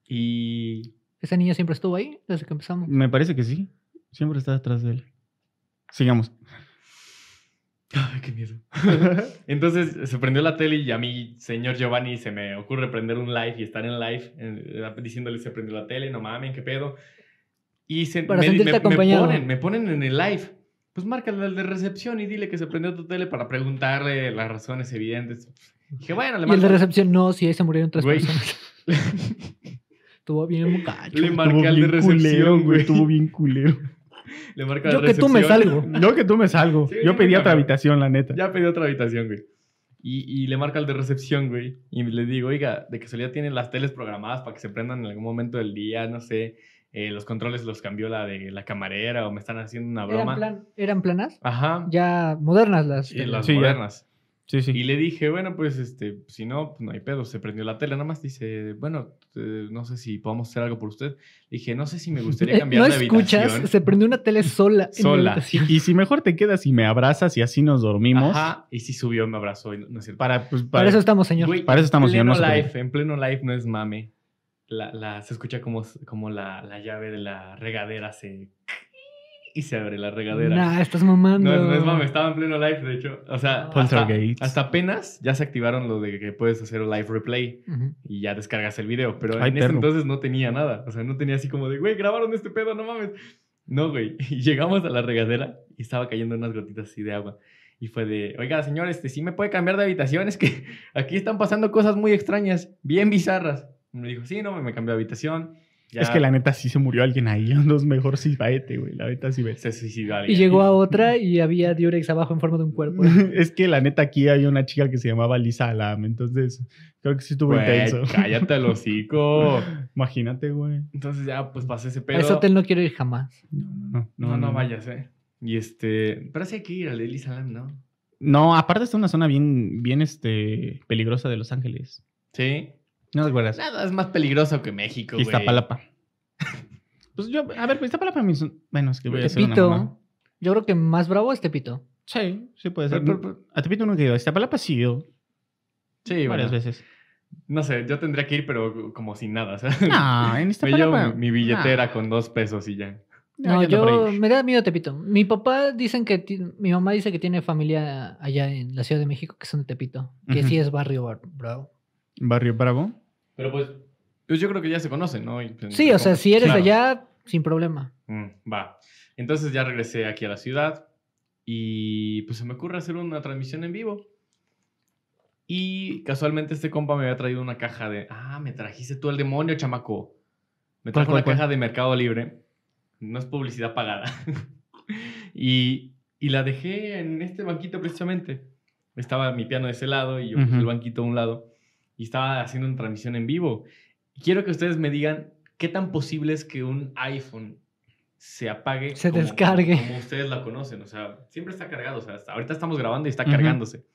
Speaker 3: Y
Speaker 2: Esa niña siempre estuvo ahí desde que empezamos.
Speaker 1: Me parece que sí. Siempre está atrás de él. Sigamos.
Speaker 3: Ay, qué miedo. Entonces se prendió la tele y a mí, señor Giovanni, se me ocurre prender un live y estar en live eh, diciéndole se prendió la tele, no mamen, qué pedo. Y se,
Speaker 2: Para
Speaker 3: me,
Speaker 2: sentirte
Speaker 3: me- me
Speaker 2: acompañado.
Speaker 3: ponen, me ponen en el live. Pues márcale al de recepción y dile que se prendió tu tele para preguntarle las razones evidentes. Dije, bueno, le
Speaker 2: Y el de
Speaker 3: marco-
Speaker 2: recepción, no, si ahí se murieron tres
Speaker 3: Güey.
Speaker 2: personas. Estuvo bien mocacho.
Speaker 3: Le marqué al de
Speaker 1: bien culero,
Speaker 3: recepción, güey.
Speaker 1: Estuvo bien culero.
Speaker 3: Le marco al
Speaker 2: Yo
Speaker 3: de
Speaker 2: que tú me
Speaker 3: recepción.
Speaker 2: salgo.
Speaker 1: Yo que tú me salgo.
Speaker 3: Sí,
Speaker 1: Yo
Speaker 3: yo
Speaker 1: pedí
Speaker 3: nunca
Speaker 1: otra
Speaker 3: me-
Speaker 1: habitación, la neta.
Speaker 3: Ya pedí otra habitación, güey. Y, y le marca al de recepción, güey. Y le digo, oiga, de casualidad tienen las teles programadas para que se prendan en algún momento del día, no sé. eh, los controles los cambió la de la camarera o me están haciendo una
Speaker 2: ¿Eran,
Speaker 3: broma.
Speaker 2: plan- eran planas?
Speaker 3: Ajá.
Speaker 2: Ya modernas las.
Speaker 3: Sí, las
Speaker 1: Sí, ya.
Speaker 3: modernas.
Speaker 1: Sí, sí.
Speaker 3: Y le dije, bueno, pues este, si no, pues no hay pedo. Se prendió la tele, nada más dice, bueno, eh, no sé si podemos hacer algo por usted. Le dije, no sé si me gustaría
Speaker 2: Eh,
Speaker 3: cambiar
Speaker 2: No
Speaker 3: de habitación.
Speaker 2: escuchas, se prendió una tele sola. en mi
Speaker 3: Sola.
Speaker 2: habitación.
Speaker 1: Y, y si mejor te quedas y me abrazas y así nos dormimos.
Speaker 3: Ajá, y sí subió, me abrazó. y no, no es cierto.
Speaker 1: Para, pues, para-
Speaker 2: Para eso estamos, señor.
Speaker 3: Güey,
Speaker 1: para eso estamos,
Speaker 3: en
Speaker 1: señor,
Speaker 3: pleno
Speaker 1: no se preocupe.
Speaker 3: live, en pleno live no es mame. La, la- se escucha como, como la, la llave de la regadera se... Y se abre la regadera.
Speaker 2: Nah, estás mamando.
Speaker 3: No, es- no es mame, estaba en pleno live, de hecho. O sea, hasta,
Speaker 1: Poltergeist.
Speaker 3: hasta apenas ya se activaron lo de que puedes hacer live replay
Speaker 2: Ujú.
Speaker 3: y ya descargas el video. Pero
Speaker 1: Ay,
Speaker 3: en ese
Speaker 1: perro.
Speaker 3: entonces no tenía nada. O sea, no tenía así como de, güey, grabaron este pedo, no mames. No, güey. Y llegamos a la regadera y estaba cayendo unas gotitas así de agua. Y fue de, oiga, señor, este, sí me puede cambiar de habitación. Es que aquí están pasando cosas muy extrañas, bien bizarras. Y me dijo, sí, no, me cambió de habitación. Ya
Speaker 1: Es que la neta sí se murió alguien ahí. Los mejor sí, vaete, güey. La neta sí ves.
Speaker 3: se suicidó
Speaker 2: Y
Speaker 3: alguien".
Speaker 2: llegó a otra y había Durex abajo en forma de un cuerpo.
Speaker 1: Es que la neta aquí había una chica que se llamaba Lisa Alam. Entonces, creo que sí estuvo
Speaker 3: Güey,
Speaker 1: intenso.
Speaker 3: cállate el hocico.
Speaker 1: Imagínate, güey.
Speaker 3: Entonces ya, pues pasé ese
Speaker 2: A
Speaker 3: pedo.
Speaker 2: ese hotel no quiero ir jamás.
Speaker 1: No, no,
Speaker 3: No, no vayas, eh. Y este. Pero sí hay que ir al de Elisa Lam, ¿no?
Speaker 1: No, aparte está una zona bien, bien este, peligrosa de Los Ángeles.
Speaker 3: Sí.
Speaker 1: ¿No te acuerdas?
Speaker 3: Nada es más peligroso que México, güey.
Speaker 1: Iztapalapa. Pues yo, a ver, pues Iztapalapa me hizo- Bueno, es que voy a hacer una mamá.
Speaker 2: Tepito. Yo creo que más bravo es Tepito.
Speaker 1: Sí, sí puede ser.
Speaker 3: Pero- pero-
Speaker 1: a Tepito nunca he ido. A Iztapalapa sí he ido
Speaker 3: Sí, bueno.
Speaker 1: varias veces.
Speaker 3: No sé, yo tendría que ir, pero como sin nada, o sea.
Speaker 1: No, en
Speaker 3: Me llevo
Speaker 1: Iztapalapa.
Speaker 3: mi- mi billetera
Speaker 1: Ah.
Speaker 3: con dos pesos y ya.
Speaker 1: No,
Speaker 2: No,
Speaker 1: yo ando por
Speaker 2: yo
Speaker 1: ahí.
Speaker 2: me da miedo Tepito. Mi papá dicen que ti- mi mamá dice que tiene familia allá en la Ciudad de México que son de Tepito, que
Speaker 1: Ujú.
Speaker 2: sí es barrio bar- bravo.
Speaker 1: Barrio Bravo.
Speaker 3: Pero pues. Pues yo creo que ya se conocen, ¿no? Y, pues,
Speaker 2: Sí, o sea, si eres
Speaker 3: Claro.
Speaker 2: de allá sin problema.
Speaker 3: Mm, va. Entonces ya regresé aquí a la ciudad y pues se me ocurre hacer una transmisión en vivo. Y casualmente este compa me había traído una caja de... Ah, me trajiste tú el demonio, chamaco. Me
Speaker 1: ¿Cuál,
Speaker 3: trajo
Speaker 1: cuál,
Speaker 3: una
Speaker 1: cuál?
Speaker 3: caja de Mercado Libre. No es publicidad pagada. y, y la dejé en este banquito precisamente. Estaba mi piano de ese lado y yo puse
Speaker 1: Ujú.
Speaker 3: el banquito a un lado. Y estaba haciendo una transmisión en vivo. Quiero que ustedes me digan qué tan posible es que un iPhone se apague.
Speaker 2: Se descargue.
Speaker 3: Como ustedes la conocen. O sea, siempre está cargado. O sea, hasta ahorita estamos grabando y está
Speaker 1: Ujú.
Speaker 3: cargándose.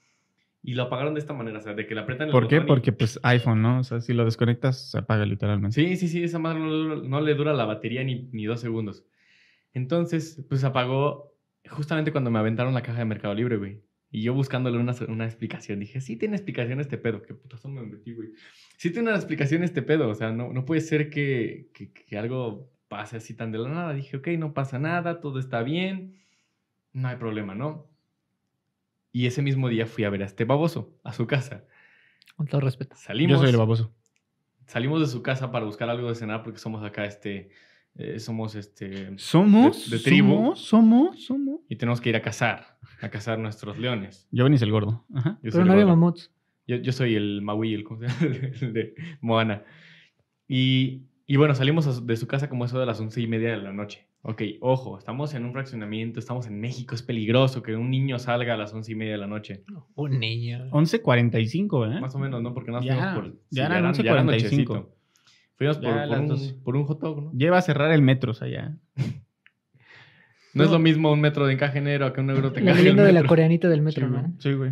Speaker 3: Y lo apagaron de esta manera. O sea, de que le aprietan el
Speaker 1: ¿Por qué?
Speaker 3: botón y-
Speaker 1: Porque pues iPhone, ¿no? O sea, si lo desconectas, se apaga literalmente.
Speaker 3: Sí, sí, sí, esa madre no, le dura- no le dura la batería ni, ni dos segundos. Entonces, pues apagó justamente cuando me aventaron la caja de Mercado Libre, güey. Y yo buscándole una, una explicación, dije, sí tiene explicación este pedo. Qué putazo me metí, güey. Sí tiene una explicación este pedo. O sea, no, no puede ser que, que- que algo pase así tan de la nada. Dije, ok, no pasa nada, todo está bien. No hay problema, ¿no? Y ese mismo día fui a ver a este baboso, a su casa.
Speaker 2: Con todo respeto.
Speaker 1: Yo
Speaker 3: Salimos
Speaker 1: soy el baboso.
Speaker 3: salimos de su casa para buscar algo de cenar porque somos acá este eh, somos este
Speaker 1: Somos.
Speaker 3: De- de tribu.
Speaker 1: Somos, somos, somos.
Speaker 3: y tenemos que ir a cazar a cazar nuestros leones
Speaker 1: Yo venís el gordo. Ajá.
Speaker 3: yo soy,
Speaker 2: Pero no
Speaker 3: el,
Speaker 2: había
Speaker 3: gordo.
Speaker 2: mamuts.
Speaker 3: yo, yo soy el Maui el, ¿cómo se llama? El de Moana y, y bueno salimos a su- de su casa como eso de las once y media de la noche ok ojo estamos en un fraccionamiento estamos en México es peligroso que un niño salga a las once y media de la noche
Speaker 2: Un niño.
Speaker 1: 11.45, ¿eh?
Speaker 3: más o menos no porque no
Speaker 1: Ya,
Speaker 3: fuimos por
Speaker 1: ya eran
Speaker 3: sí, era- era
Speaker 1: 11:45.
Speaker 3: nochecito. fuimos por,
Speaker 1: Ya
Speaker 3: por
Speaker 1: las doce.
Speaker 3: un, por un hot dog no
Speaker 1: Lleva a cerrar el metros allá.
Speaker 3: No es
Speaker 2: No.
Speaker 3: lo mismo un metro de encaje negro a que un euro te
Speaker 2: La
Speaker 3: encaje el
Speaker 2: leyenda de la
Speaker 3: metro.
Speaker 2: coreanita del metro,
Speaker 1: sí, güey.
Speaker 2: ¿no?
Speaker 1: Sí, güey.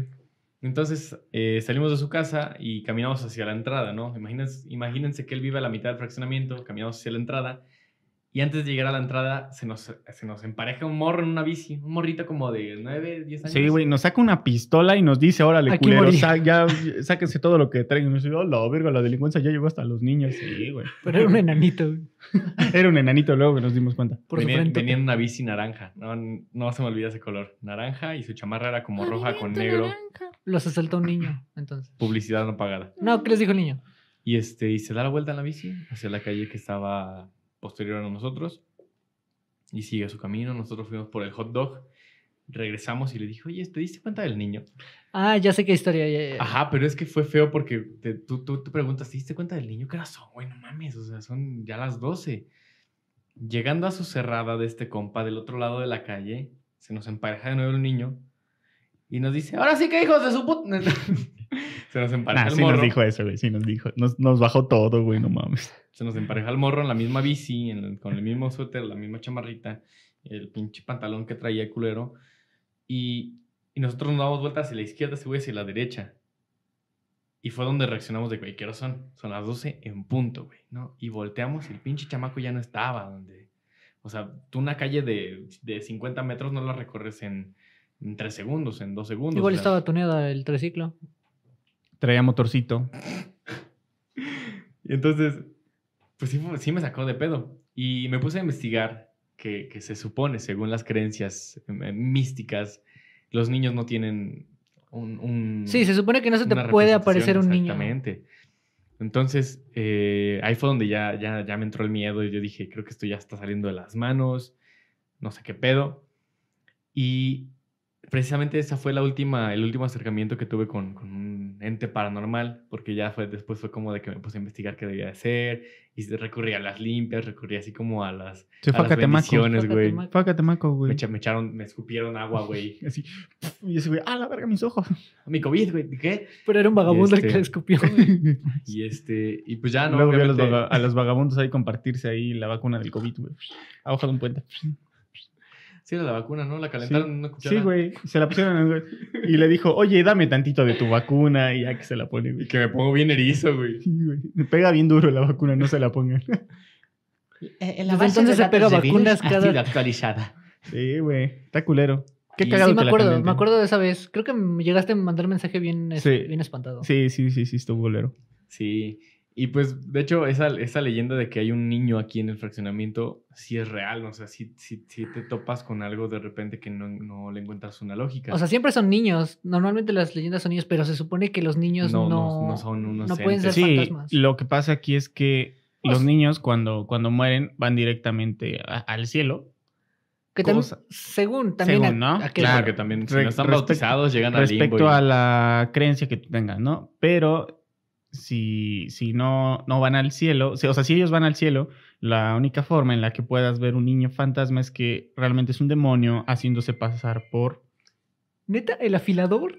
Speaker 3: Entonces eh, salimos de su casa y caminamos hacia la entrada, ¿no? Imagínense, imagínense que él vive a la mitad del fraccionamiento, caminamos hacia la entrada y antes de llegar a la entrada se nos, se nos empareja un morro en una bici, un morrito como de 9, 10 años.
Speaker 1: Sí, güey, nos saca una pistola y nos dice, órale,
Speaker 2: Aquí
Speaker 1: culero,
Speaker 2: morí.
Speaker 1: sa- ya, sáquense todo lo que traigan. Y nos dice, hola, verga, la delincuencia ya llegó hasta los niños. Sí, güey.
Speaker 2: Pero era un enanito. güey.
Speaker 1: Era un enanito luego que nos dimos cuenta.
Speaker 2: Por su
Speaker 3: venía,
Speaker 2: frente.
Speaker 3: venía en una bici naranja, no, no se me olvida ese color, naranja y su chamarra era como roja con negro,
Speaker 2: Los asaltó un niño, entonces.
Speaker 3: publicidad no pagada.
Speaker 2: No, ¿qué les dijo el niño?
Speaker 3: Y, este, y se da la vuelta en la bici hacia la calle que estaba posterior a nosotros. Y sigue su camino. Nosotros fuimos por el hot dog. Regresamos y le dije, oye, ¿te diste cuenta del niño?
Speaker 2: Ah, ya sé qué historia. ya- ya.
Speaker 3: Ajá, pero es que fue feo porque te- tú, tú, tú preguntas, ¿te diste cuenta del niño? ¿Qué razón? Güey, no mames, o sea, son ya las 12. Llegando a su cerrada de este compa del otro lado de la calle, se nos empareja de nuevo el niño y nos dice, ahora sí que hijos de su puta... se nos empareja
Speaker 1: Ah,
Speaker 3: el
Speaker 1: sí nos
Speaker 3: morro.
Speaker 1: dijo eso, güey. Sí nos dijo. Nos, nos bajó todo, güey, no mames.
Speaker 3: se nos empareja el morro en la misma bici, en el- con el mismo suéter, la misma chamarrita, el pinche pantalón que traía el culero. Y, Y nosotros nos damos vueltas hacia la izquierda, ese güey hacia la derecha. Y fue donde reaccionamos de, güey, ¿qué hora son? Son las 12 en punto, güey, ¿no? Y volteamos y el pinche chamaco ya no estaba donde... O sea, tú una calle de, de 50 metros no la recorres en, en 3 segundos, en 2 segundos.
Speaker 2: Igual
Speaker 3: o sea,
Speaker 2: estaba tuneada el triciclo.
Speaker 1: Traía motorcito.
Speaker 3: Y entonces, pues sí, fue- sí me sacó de pedo. Y me puse a investigar que, que se supone, según las creencias eh, místicas, los niños no tienen un... un-
Speaker 2: Sí, se supone que no se te
Speaker 3: mm, una
Speaker 2: puede
Speaker 3: representación,
Speaker 2: aparecer un niño.
Speaker 3: Exactamente. Entonces, eh, ahí fue donde ya, ya, ya me entró el miedo y yo dije, creo que esto ya está saliendo de las manos, no sé qué pedo. Y precisamente esa fue la última, el último acercamiento que tuve con, con un ente paranormal, porque ya fue, después fue como de que me puse a investigar qué debía de ser y recurrí a las limpias, recurrí así como a las,
Speaker 1: Se
Speaker 3: a
Speaker 1: fue a
Speaker 3: las
Speaker 1: Catemaco.
Speaker 3: bendiciones, güey.
Speaker 2: Facatemaco.
Speaker 1: Fue a Catemaco,
Speaker 3: Me,
Speaker 1: güey.
Speaker 3: echa- me echaron, me escupieron agua, güey.
Speaker 1: Así. pf, Y ese güey, ah, la verga, mis ojos.
Speaker 3: Mi COVID, güey, ¿qué?
Speaker 2: Pero era un vagabundo el
Speaker 3: este-
Speaker 2: que le escupió.
Speaker 3: Y este, y pues ya no.
Speaker 1: Luego vi a los,
Speaker 3: obviamente-
Speaker 1: vaga- a los vagabundos ahí compartirse ahí la vacuna del COVID, güey. A hoja de un puente.
Speaker 3: Sí, era la vacuna, ¿no? La calentaron en una cuchara.
Speaker 1: Sí, güey. Se la pusieron al güey. Y le dijo, oye, dame tantito de tu vacuna. Y ya que se la pone,
Speaker 3: Y
Speaker 1: güey.
Speaker 3: que me pongo bien erizo, güey.
Speaker 1: Sí, güey. Me pega bien duro la vacuna, no se la pongan.
Speaker 2: Eh, Desde entonces se pega vacunas cada...
Speaker 3: actualizada.
Speaker 1: Sí, güey. Está culero. Qué
Speaker 3: Y
Speaker 1: cagado
Speaker 2: sí, me
Speaker 1: que la
Speaker 2: acuerdo,
Speaker 1: cambien,
Speaker 2: me
Speaker 1: ¿eh?
Speaker 2: acuerdo de esa vez. Creo que me llegaste a mandar mensaje bien, es-
Speaker 1: Sí.
Speaker 2: bien espantado.
Speaker 1: Sí, sí, sí, sí, estuvo culero.
Speaker 3: Sí. Y pues, de hecho, esa, esa leyenda de que hay un niño aquí en el fraccionamiento sí es real. ¿no? O sea, sí, sí- sí te topas con algo de repente que no, no le encuentras una lógica.
Speaker 2: O sea, siempre son niños. Normalmente las leyendas son niños, pero se supone que los niños no,
Speaker 3: no son unos
Speaker 2: no pueden ser
Speaker 3: entes.
Speaker 1: Sí,
Speaker 2: fantasmas.
Speaker 1: lo que pasa aquí es que
Speaker 2: Pues-
Speaker 1: los niños cuando, cuando mueren van directamente a- al cielo.
Speaker 2: Que también-
Speaker 1: cosa.
Speaker 2: según también
Speaker 1: Según,
Speaker 2: a-
Speaker 1: ¿no?
Speaker 2: a qué-
Speaker 3: Sí,
Speaker 1: Claro.
Speaker 3: porque también si
Speaker 1: Re-
Speaker 3: no están
Speaker 1: respect-
Speaker 3: bautizados llegan al limbo.
Speaker 1: Respecto
Speaker 3: y-
Speaker 1: a la creencia que tengan, ¿no? Pero si, si no, no van al cielo, si- o sea, si ellos van al cielo, la única forma en la que puedas ver un niño fantasma es que realmente es un demonio haciéndose pasar por...
Speaker 2: Neta, el afilador.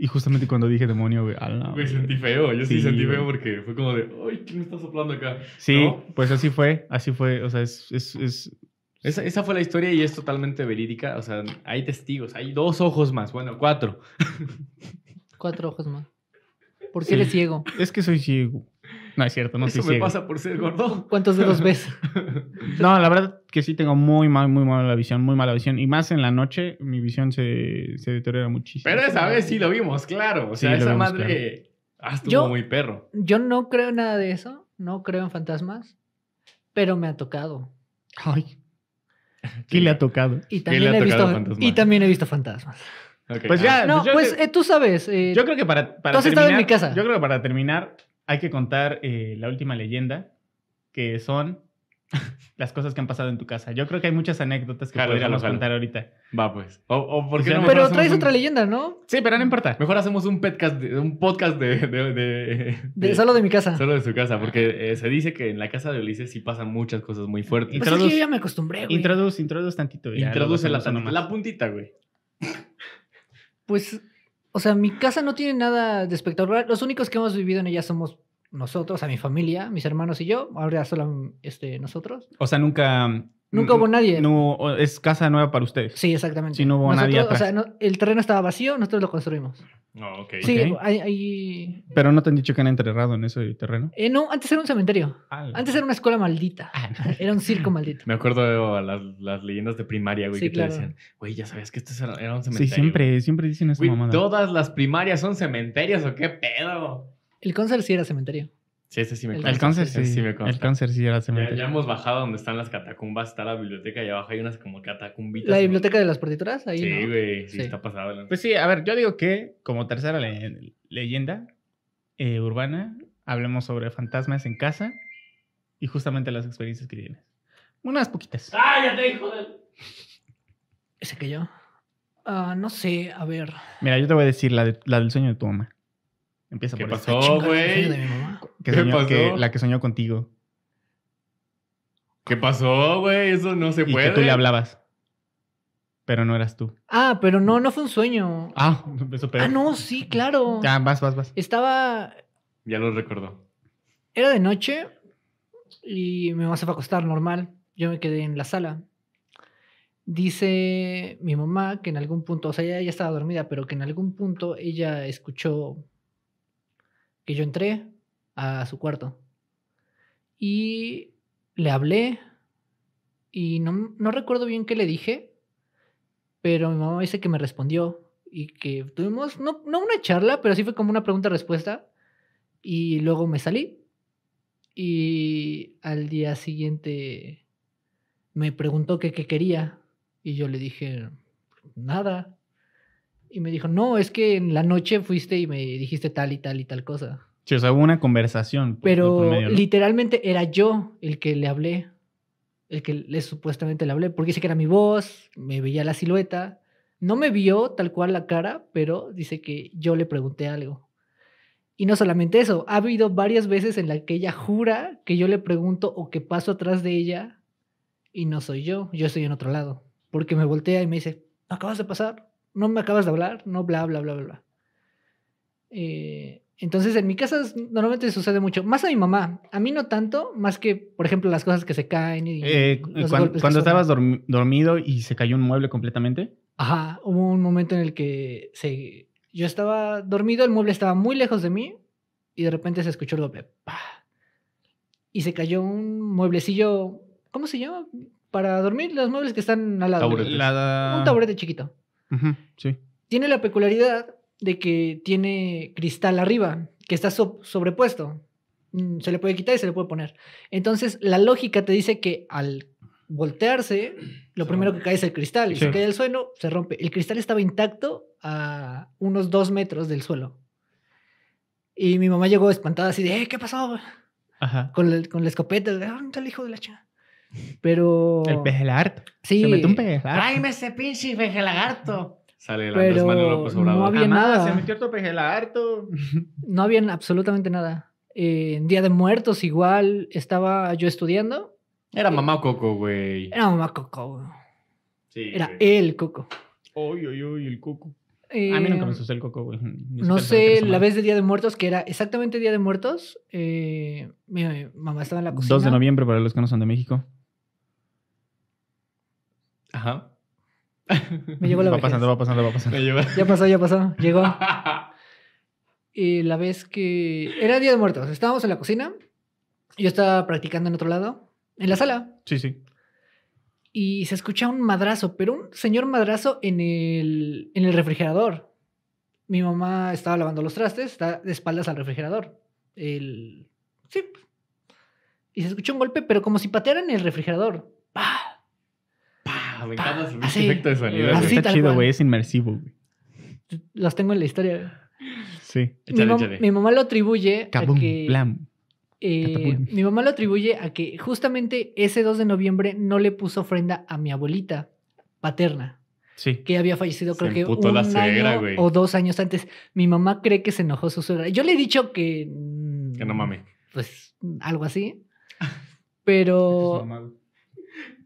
Speaker 1: Y justamente cuando dije demonio, güey, ala,
Speaker 3: Güey,
Speaker 1: güey.
Speaker 3: sentí feo. Yo sí,
Speaker 1: Sí,
Speaker 3: sentí
Speaker 1: güey.
Speaker 3: feo porque fue como de, ay, ¿quién me está soplando acá?
Speaker 1: Sí,
Speaker 3: ¿no?
Speaker 1: pues así fue, así fue, o sea, es... es, es-
Speaker 3: Esa, esa fue la historia y es totalmente verídica. O sea, hay testigos, hay dos ojos más, bueno, cuatro.
Speaker 2: Cuatro ojos más. ¿Por qué
Speaker 1: Sí.
Speaker 2: eres ciego?
Speaker 1: es que soy ciego. No, es cierto, no
Speaker 3: Eso
Speaker 1: soy
Speaker 3: me
Speaker 1: ciego.
Speaker 3: pasa por ser gordo.
Speaker 2: ¿Cuántos dedos ves?
Speaker 1: No, la verdad que sí tengo muy mal, muy mala visión, muy mala visión. Y más en la noche, mi visión se, se deteriora muchísimo.
Speaker 3: Pero esa vez sí lo vimos, claro. O
Speaker 1: Sí,
Speaker 3: sea,
Speaker 1: lo
Speaker 3: esa
Speaker 1: vimos,
Speaker 3: madre ah, estuvo
Speaker 2: Yo-
Speaker 3: muy perro.
Speaker 2: Yo no creo en nada de eso. No creo en fantasmas. Pero me ha tocado.
Speaker 1: Ay. ¿Qué le ha tocado?
Speaker 2: Y
Speaker 3: ¿Qué
Speaker 2: también,
Speaker 3: le ha
Speaker 2: he
Speaker 3: tocado
Speaker 2: visto,
Speaker 3: fantasmas?
Speaker 2: y también he visto fantasmas.
Speaker 3: Ok, ah,
Speaker 1: Pues ya,
Speaker 2: No,
Speaker 1: yo
Speaker 2: Ah, pues
Speaker 1: creo-
Speaker 2: eh, tú sabes. eh,
Speaker 1: Yo creo que para, para
Speaker 2: Tú has estado en mi casa.
Speaker 1: Yo creo que para terminar hay que contar eh, la última leyenda, que son las cosas que han pasado en tu casa. Yo creo que hay muchas anécdotas que
Speaker 3: Jalo,
Speaker 1: podríamos
Speaker 3: jalo, jalo.
Speaker 1: contar ahorita.
Speaker 3: va pues. O, o ¿por qué
Speaker 1: Ya,
Speaker 3: no mejor
Speaker 2: pero
Speaker 3: hacemos
Speaker 2: traes
Speaker 3: un-
Speaker 2: otra leyenda, ¿no?
Speaker 1: Sí, pero no importa.
Speaker 3: Mejor hacemos un podcast de, un podcast de, de, de-
Speaker 2: De,
Speaker 3: de-
Speaker 2: solo de mi casa.
Speaker 3: solo de su casa, porque eh, se dice que en la casa de Ulises sí pasan muchas cosas muy fuertes.
Speaker 2: Pues
Speaker 1: Introduce-
Speaker 2: es que yo ya me acostumbré, güey.
Speaker 1: Introduce, introduce tantito. ya,
Speaker 3: Introduce la,
Speaker 1: luego hacemos uno
Speaker 3: la
Speaker 1: más.
Speaker 3: puntita, güey.
Speaker 2: Pues, o sea, mi casa no tiene nada de espectacular. Los únicos que hemos vivido en ella somos nosotros, o sea, mi familia, mis hermanos y yo. Ahora solo este, nosotros.
Speaker 1: O sea, nunca...
Speaker 2: Nunca hubo nadie.
Speaker 1: No, o- es casa nueva para ustedes.
Speaker 2: Sí, exactamente.
Speaker 1: Sí, no hubo
Speaker 2: Nosotros-
Speaker 1: nadie atrás.
Speaker 2: O sea, no- el terreno estaba vacío, nosotros lo construimos.
Speaker 3: No, ok.
Speaker 2: Sí,
Speaker 1: Ok.
Speaker 2: hay, hay-
Speaker 1: Pero no te han dicho que han enterrado en ese terreno.
Speaker 2: eh, no, antes era un cementerio.
Speaker 1: Ah,
Speaker 2: Antes era una escuela maldita. Era un circo maldito.
Speaker 3: Me acuerdo de las, las leyendas de primaria, güey,
Speaker 2: Sí,
Speaker 3: que
Speaker 2: claro.
Speaker 3: te decían, güey, ya sabías que esto era era un
Speaker 1: Sí,
Speaker 3: cementerio.
Speaker 1: siempre, siempre dicen esa
Speaker 3: Güey,
Speaker 1: mamada.
Speaker 3: todas las primarias son cementerios o qué pedo.
Speaker 2: El cóncer sí era cementerio.
Speaker 3: Sí, ese sí me
Speaker 2: El
Speaker 3: consta.
Speaker 1: El cáncer
Speaker 3: ese
Speaker 1: sí,
Speaker 3: me consta.
Speaker 1: el cáncer sí era
Speaker 3: Ya,
Speaker 1: cementerio.
Speaker 3: ya hemos bajado donde están las catacumbas, está la biblioteca y abajo hay unas como catacumbitas.
Speaker 2: La
Speaker 3: ¿no?
Speaker 2: biblioteca de las partituras, ahí.
Speaker 3: Sí,
Speaker 2: no.
Speaker 3: güey, sí,
Speaker 2: Sí.
Speaker 3: está pasado. de lanza.
Speaker 1: Pues sí, a ver, yo digo que como tercera le- leyenda eh, urbana, hablemos sobre fantasmas en casa y justamente las experiencias que tienes. Unas poquitas.
Speaker 3: ¡Cállate, hijo de...
Speaker 2: Ese que yo. Ah, no sé, a ver.
Speaker 1: Mira, yo te voy a decir la, de- la del sueño de tu mamá. Empieza
Speaker 3: ¿Qué
Speaker 1: por esa.
Speaker 3: pasó,
Speaker 2: Chinga,
Speaker 3: güey?
Speaker 2: de mi mamá.
Speaker 1: Que
Speaker 3: ¿Qué
Speaker 1: soñó-
Speaker 3: pasó?
Speaker 1: que- la que soñó contigo
Speaker 3: ¿Qué pasó, güey? Eso no se
Speaker 1: y
Speaker 3: puede.
Speaker 1: que tú le hablabas, pero no eras tú.
Speaker 2: Ah, pero no, no fue un sueño.
Speaker 1: Ah, eso peor.
Speaker 2: Ah, no, sí, claro.
Speaker 1: Ya, vas, vas, vas.
Speaker 2: Estaba.
Speaker 3: Ya lo recordó.
Speaker 2: Era de noche y mi mamá se fue a acostar normal. Yo me quedé en la sala. Dice mi mamá que en algún punto, o sea, ella ya estaba dormida, pero que en algún punto ella escuchó que yo entré a su cuarto. Y le hablé y no, no recuerdo bien qué le dije, pero mi mamá dice que me respondió y que tuvimos, no, no una charla, pero sí fue como una pregunta-respuesta. Y luego me salí y al día siguiente me preguntó que qué quería y yo le dije nada. Y me dijo, no, es que en la noche fuiste y me dijiste tal y tal y tal cosa.
Speaker 1: Sí, o sea, hubo una conversación. por- por
Speaker 2: Pero
Speaker 1: medio de-
Speaker 2: literalmente era yo el que le hablé, el que le supuestamente le hablé, porque dice que era mi voz, me veía la silueta, no me vio tal cual la cara, pero dice que yo le pregunté algo. Y no solamente eso, ha habido varias veces en las que ella jura que yo le pregunto o que paso atrás de ella y no soy yo, yo estoy en otro lado, porque me voltea y me dice, acabas de pasar, no me acabas de hablar, no, bla, bla, bla, bla, bla. Eh, entonces, en mi casa es- normalmente sucede mucho. Más a mi mamá. A mí no tanto, más que, por ejemplo, las cosas que se caen y
Speaker 1: Eh, cu-
Speaker 2: los
Speaker 1: cuan-
Speaker 2: golpes que
Speaker 1: cuando
Speaker 2: suenan.
Speaker 1: estabas dormi- dormido y se cayó un mueble completamente.
Speaker 2: Ajá, hubo un momento en el que se... yo estaba dormido, el mueble estaba muy lejos de mí y de repente se escuchó el golpe. ¡pa! Y se cayó un mueblecillo, ¿cómo se llama? Para dormir, los muebles que están al lado.
Speaker 3: Taburete.
Speaker 1: La-
Speaker 2: Un taburete chiquito.
Speaker 1: Ujú, sí.
Speaker 2: Tiene la peculiaridad de que tiene cristal arriba, que está so- sobrepuesto. Mm, Se le puede quitar y se le puede poner. Entonces, la lógica te dice que al voltearse, lo
Speaker 3: Se
Speaker 2: primero que
Speaker 3: rompe.
Speaker 2: cae es el cristal. Y
Speaker 1: Sí.
Speaker 2: si cae el suelo, se rompe. El cristal estaba intacto a unos dos metros del suelo. Y mi mamá llegó espantada así de, "Eh, ¿qué pasó?
Speaker 1: Ajá.
Speaker 2: Con la, con la escopeta. de, "Ah, ¿Dónde está el hijo de la chica? Pero...
Speaker 1: El pejelart.
Speaker 2: Sí.
Speaker 1: Se metió un pejelart.
Speaker 3: ¡Tráeme ese pinche veje lagarto! Sale el Andrés Manuel
Speaker 2: Pero
Speaker 3: López
Speaker 2: no
Speaker 3: Obrador.
Speaker 2: había nada.
Speaker 1: otro pejelarto.
Speaker 2: No habían absolutamente nada. Eh, en Día de Muertos igual estaba yo estudiando.
Speaker 3: Era mamá Coco, güey.
Speaker 2: Era mamá Coco. güey.
Speaker 3: Sí,
Speaker 2: Era
Speaker 3: güey.
Speaker 2: el Coco.
Speaker 1: Uy, uy, uy, el coco. A mí nunca me
Speaker 2: Eh,
Speaker 1: asusté el coco, güey. Ni
Speaker 2: No
Speaker 1: siquiera sabía que
Speaker 2: sé,
Speaker 1: era
Speaker 2: la
Speaker 1: su
Speaker 2: vez de Día de Muertos, que era exactamente Día de Muertos, eh, mi mi mamá estaba en la
Speaker 1: madre.
Speaker 2: cocina.
Speaker 1: 2 de noviembre para los que no son de México.
Speaker 3: Ajá.
Speaker 2: Me llegó la
Speaker 1: va
Speaker 2: vejez.
Speaker 1: pasando, va pasando, va pasando.
Speaker 3: Me lleva- Ah,
Speaker 2: Ya pasó, ya pasó, llegó. Eh, la vez que... Era Día de Muertos, estábamos en la cocina, yo estaba practicando en otro lado, en la sala,
Speaker 1: Sí, sí.
Speaker 2: y se escucha un madrazo, pero un señor madrazo en el, en el refrigerador. Mi mamá estaba lavando los trastes, está de espaldas al refrigerador. El... Sí. Y se escuchó un golpe, pero como si patearan el refrigerador. ¡Pah!
Speaker 3: Pa, Me encanta su
Speaker 2: Así.
Speaker 3: efecto de sonido.
Speaker 2: Así
Speaker 3: güey.
Speaker 1: Está
Speaker 2: tal
Speaker 1: chido,
Speaker 2: cual.
Speaker 1: güey. Es inmersivo, güey.
Speaker 2: Los tengo en la historia.
Speaker 1: Sí.
Speaker 2: Mi,
Speaker 3: Échale,
Speaker 2: mam-
Speaker 3: échale.
Speaker 2: mi mamá lo atribuye a
Speaker 1: Kabum,
Speaker 2: que...
Speaker 1: blam.
Speaker 2: eh,
Speaker 1: catapum.
Speaker 2: mi mamá lo atribuye a que justamente ese 2 de noviembre no le puso ofrenda a mi abuelita paterna.
Speaker 1: Sí.
Speaker 2: que había fallecido
Speaker 3: Se
Speaker 2: creo que
Speaker 3: emputó
Speaker 2: un
Speaker 3: la suegra,
Speaker 2: año
Speaker 3: güey.
Speaker 2: o dos años antes. Mi mamá cree que se enojó su suegra. Yo le he dicho que... mm,
Speaker 3: Que no mames.
Speaker 2: Pues algo así. Pero,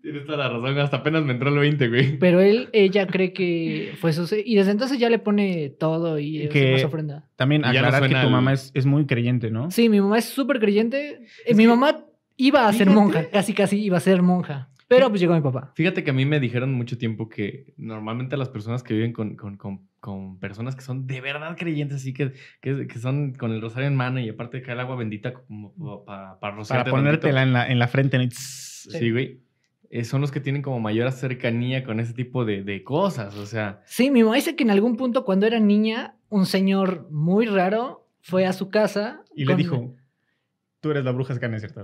Speaker 3: Tienes toda la razón. Hasta apenas me entró el 20, güey.
Speaker 2: pero él, ella cree que fue su... Y desde entonces ya le pone todo y
Speaker 1: Que-
Speaker 2: que... ofrenda.
Speaker 1: También
Speaker 3: Y ya no
Speaker 1: aclarar que
Speaker 3: suena
Speaker 1: tu
Speaker 3: el-
Speaker 1: mamá es, es muy creyente, ¿no?
Speaker 2: Sí, mi mamá es súper creyente. Eh, mi mamá iba a ser
Speaker 3: Fíjate.
Speaker 2: monja, casi casi iba a ser monja. Pero pues llegó mi papá.
Speaker 3: Fíjate que a mí me dijeron mucho tiempo que normalmente las personas que viven con, con- con- con personas que son de verdad creyentes, así que, que, que son con el rosario en mano y aparte cae el agua bendita como para
Speaker 1: Para
Speaker 3: rociarte. tantito.
Speaker 1: ponértela en la, en la frente. en el tss.
Speaker 3: Sí, güey. Eh, son los que tienen como mayor cercanía con ese tipo de, de cosas. O sea,
Speaker 2: Sí, mi mamá dice que en algún punto cuando era niña, un señor muy raro fue a su casa.
Speaker 1: Y le
Speaker 2: con-
Speaker 1: dijo, tú eres la bruja escana, ¿cierto?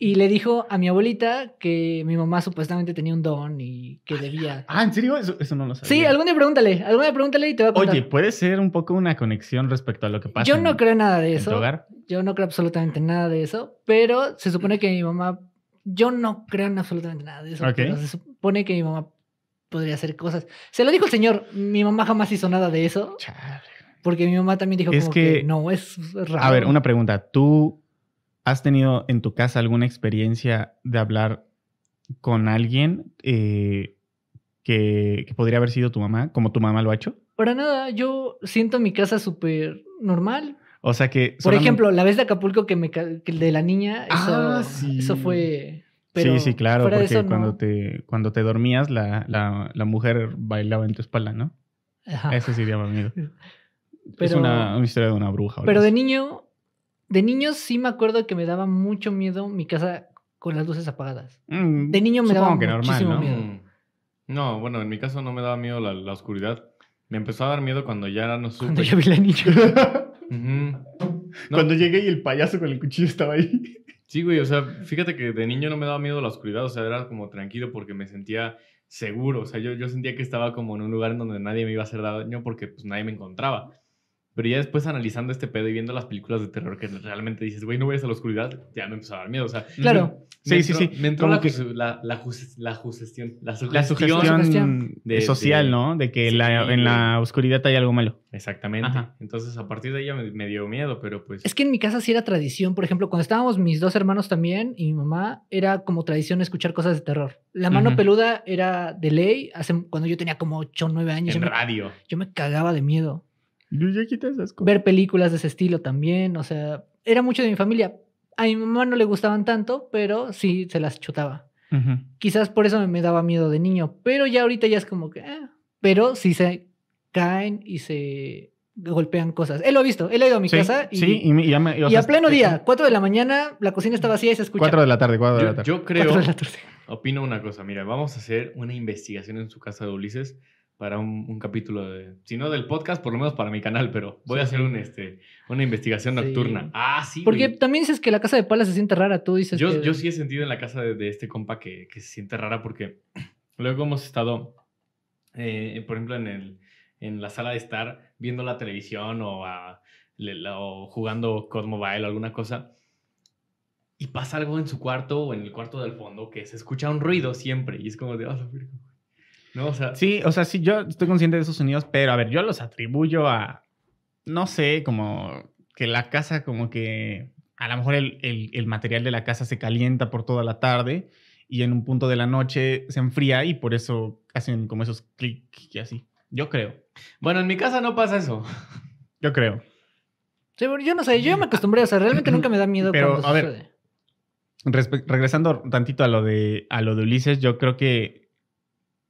Speaker 2: Y le dijo a mi abuelita que mi mamá supuestamente tenía un don y que debía.
Speaker 1: Ah, ¿en serio? Eso, eso no lo sabía.
Speaker 2: Sí, algún día pregúntale, algún día pregúntale y te va a contar.
Speaker 1: Oye, puede ser un poco una conexión respecto a lo que pasa.
Speaker 2: yo no
Speaker 1: en-
Speaker 2: creo nada
Speaker 1: en
Speaker 2: de
Speaker 1: tu
Speaker 2: eso.
Speaker 1: hogar.
Speaker 2: Yo no creo absolutamente nada de eso, pero se supone que mi mamá. Yo no creo en absolutamente nada de eso.
Speaker 1: Ok.
Speaker 2: Pero se supone que mi mamá podría hacer cosas. Se lo dijo el señor. Mi mamá jamás hizo nada de eso,
Speaker 1: Chale.
Speaker 2: porque mi mamá también dijo
Speaker 1: Es
Speaker 2: como que,
Speaker 1: que-
Speaker 2: no, es raro.
Speaker 1: A ver, una pregunta. ¿Tú has tenido en tu casa alguna experiencia de hablar con alguien eh, que, que podría haber sido tu mamá, como tu mamá lo ha hecho?
Speaker 2: Para nada, yo siento mi casa súper normal.
Speaker 1: O sea que...
Speaker 2: Por
Speaker 1: solamente-
Speaker 2: ejemplo, la vez de Acapulco que me ca- que el de la niña, eso,
Speaker 1: Ah, sí.
Speaker 2: eso fue Pero
Speaker 1: sí, sí, claro,
Speaker 2: fuera de
Speaker 1: porque
Speaker 2: eso,
Speaker 1: cuando,
Speaker 2: no.
Speaker 1: te, cuando te dormías, la, la, la mujer bailaba en tu espalda, ¿no?
Speaker 2: Ajá.
Speaker 1: Ese sí llama miedo. es
Speaker 2: Ah. Pero-
Speaker 1: una, una historia de una bruja. o
Speaker 2: Pero
Speaker 1: algo
Speaker 2: de
Speaker 1: así.
Speaker 2: niño, de niño sí me acuerdo que me daba mucho miedo mi casa con las luces apagadas.
Speaker 1: Mm,
Speaker 2: de niño me
Speaker 1: supongo
Speaker 2: daba
Speaker 1: que normal,
Speaker 2: muchísimo
Speaker 1: ¿no?
Speaker 2: miedo.
Speaker 3: Mm. No, bueno, en mi caso no me daba miedo la, la oscuridad. Me empezó a dar miedo cuando ya no supe.
Speaker 2: Cuando yo vi la niña.
Speaker 3: Ujú. No,
Speaker 1: Cuando llegué y el payaso con el cuchillo estaba ahí.
Speaker 3: Sí, güey, o sea, fíjate que de niño no me daba miedo la oscuridad, o sea, era como tranquilo porque me sentía seguro, o sea, yo, yo sentía que estaba como en un lugar en donde nadie me iba a hacer daño porque pues nadie me encontraba. Pero ya después analizando este pedo y viendo las películas de terror que realmente dices, güey, no vayas a la oscuridad, ya me empezó a dar miedo, o sea,
Speaker 2: Claro.
Speaker 1: Sí,
Speaker 3: me
Speaker 1: sí,
Speaker 3: entró-
Speaker 1: sí.
Speaker 3: Me entró
Speaker 1: Como
Speaker 3: la,
Speaker 1: que-
Speaker 3: jus- la, la, jus- la sugestión, la sugestión.
Speaker 1: La sugestión
Speaker 2: sugestión
Speaker 3: de-
Speaker 1: social,
Speaker 3: de-
Speaker 1: ¿no? De que
Speaker 3: Sí,
Speaker 1: la- en la oscuridad hay algo malo.
Speaker 3: Exactamente.
Speaker 1: Ajá.
Speaker 3: Entonces, a partir de ahí ya me, me dio miedo, pero pues...
Speaker 2: Es que en mi casa sí era tradición, por ejemplo, cuando estábamos mis dos hermanos también y mi mamá, era como tradición escuchar cosas de terror. La mano
Speaker 1: Ujú.
Speaker 2: peluda era de ley, hace, cuando yo tenía como 8 o 9 años, yo
Speaker 3: en
Speaker 2: me,
Speaker 3: radio.
Speaker 2: yo me cagaba de miedo.
Speaker 1: Yo ya quité esas cosas.
Speaker 2: Ver películas de ese estilo también, o sea, era mucho de mi familia. A mi mamá no le gustaban tanto, pero sí se las chutaba.
Speaker 1: Ujú.
Speaker 2: Quizás por eso me daba miedo de niño, pero ya ahorita ya es como que... eh, pero sí se caen y se golpean cosas. Él lo ha visto, él ha ido a mi
Speaker 1: sí,
Speaker 2: casa y...
Speaker 1: sí, y, me- y ya me- o
Speaker 2: Y
Speaker 1: sea,
Speaker 2: a pleno
Speaker 1: es-
Speaker 2: día, 4 de la mañana, la cocina está vacía y se escucha.
Speaker 1: 4 de la tarde, 4 de la
Speaker 3: Yo,
Speaker 1: tarde.
Speaker 3: yo creo...
Speaker 2: Cuatro de la tarde.
Speaker 3: Opino una cosa, mira, vamos a hacer una investigación en su casa de Ulises para un, un capítulo de, si no del podcast, por lo menos para mi canal, pero voy a
Speaker 1: Sí,
Speaker 3: hacer
Speaker 1: sí.
Speaker 3: un, este, una investigación
Speaker 2: Sí.
Speaker 3: nocturna. Ah, sí.
Speaker 2: Porque
Speaker 3: güey.
Speaker 2: también dices que la casa de Palas se siente rara, tú dices.
Speaker 3: yo,
Speaker 2: que-
Speaker 3: yo sí he sentido en la casa de, de este compa que, que se siente rara porque luego hemos estado, eh, por ejemplo, en, el, en la sala de estar viendo la televisión o, a- le- la- o jugando COD Mobile o alguna cosa. Y pasa algo en su cuarto o en el cuarto del fondo que se escucha un ruido siempre. Y es como de, "Ah, la verga". No, o sea,
Speaker 1: Sí, o sea, sí, yo estoy consciente de esos sonidos, pero a ver, yo los atribuyo a, no sé, como que la casa, como que a lo mejor el, el- el material de la casa se calienta por toda la tarde y en un punto de la noche se enfría y por eso hacen como esos clic y así. Yo creo,
Speaker 3: bueno, en mi casa no pasa eso.
Speaker 1: yo creo.
Speaker 2: Sí, pero yo no sé, yo ya me acostumbré, o sea, realmente nunca me da miedo
Speaker 1: Pero,
Speaker 2: cuando
Speaker 1: a ver,
Speaker 2: sucede.
Speaker 1: Respe- regresando tantito a lo de a lo de Ulises, yo creo que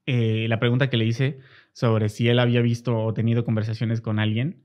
Speaker 1: eh, la pregunta que le hice sobre si él había visto o tenido conversaciones con alguien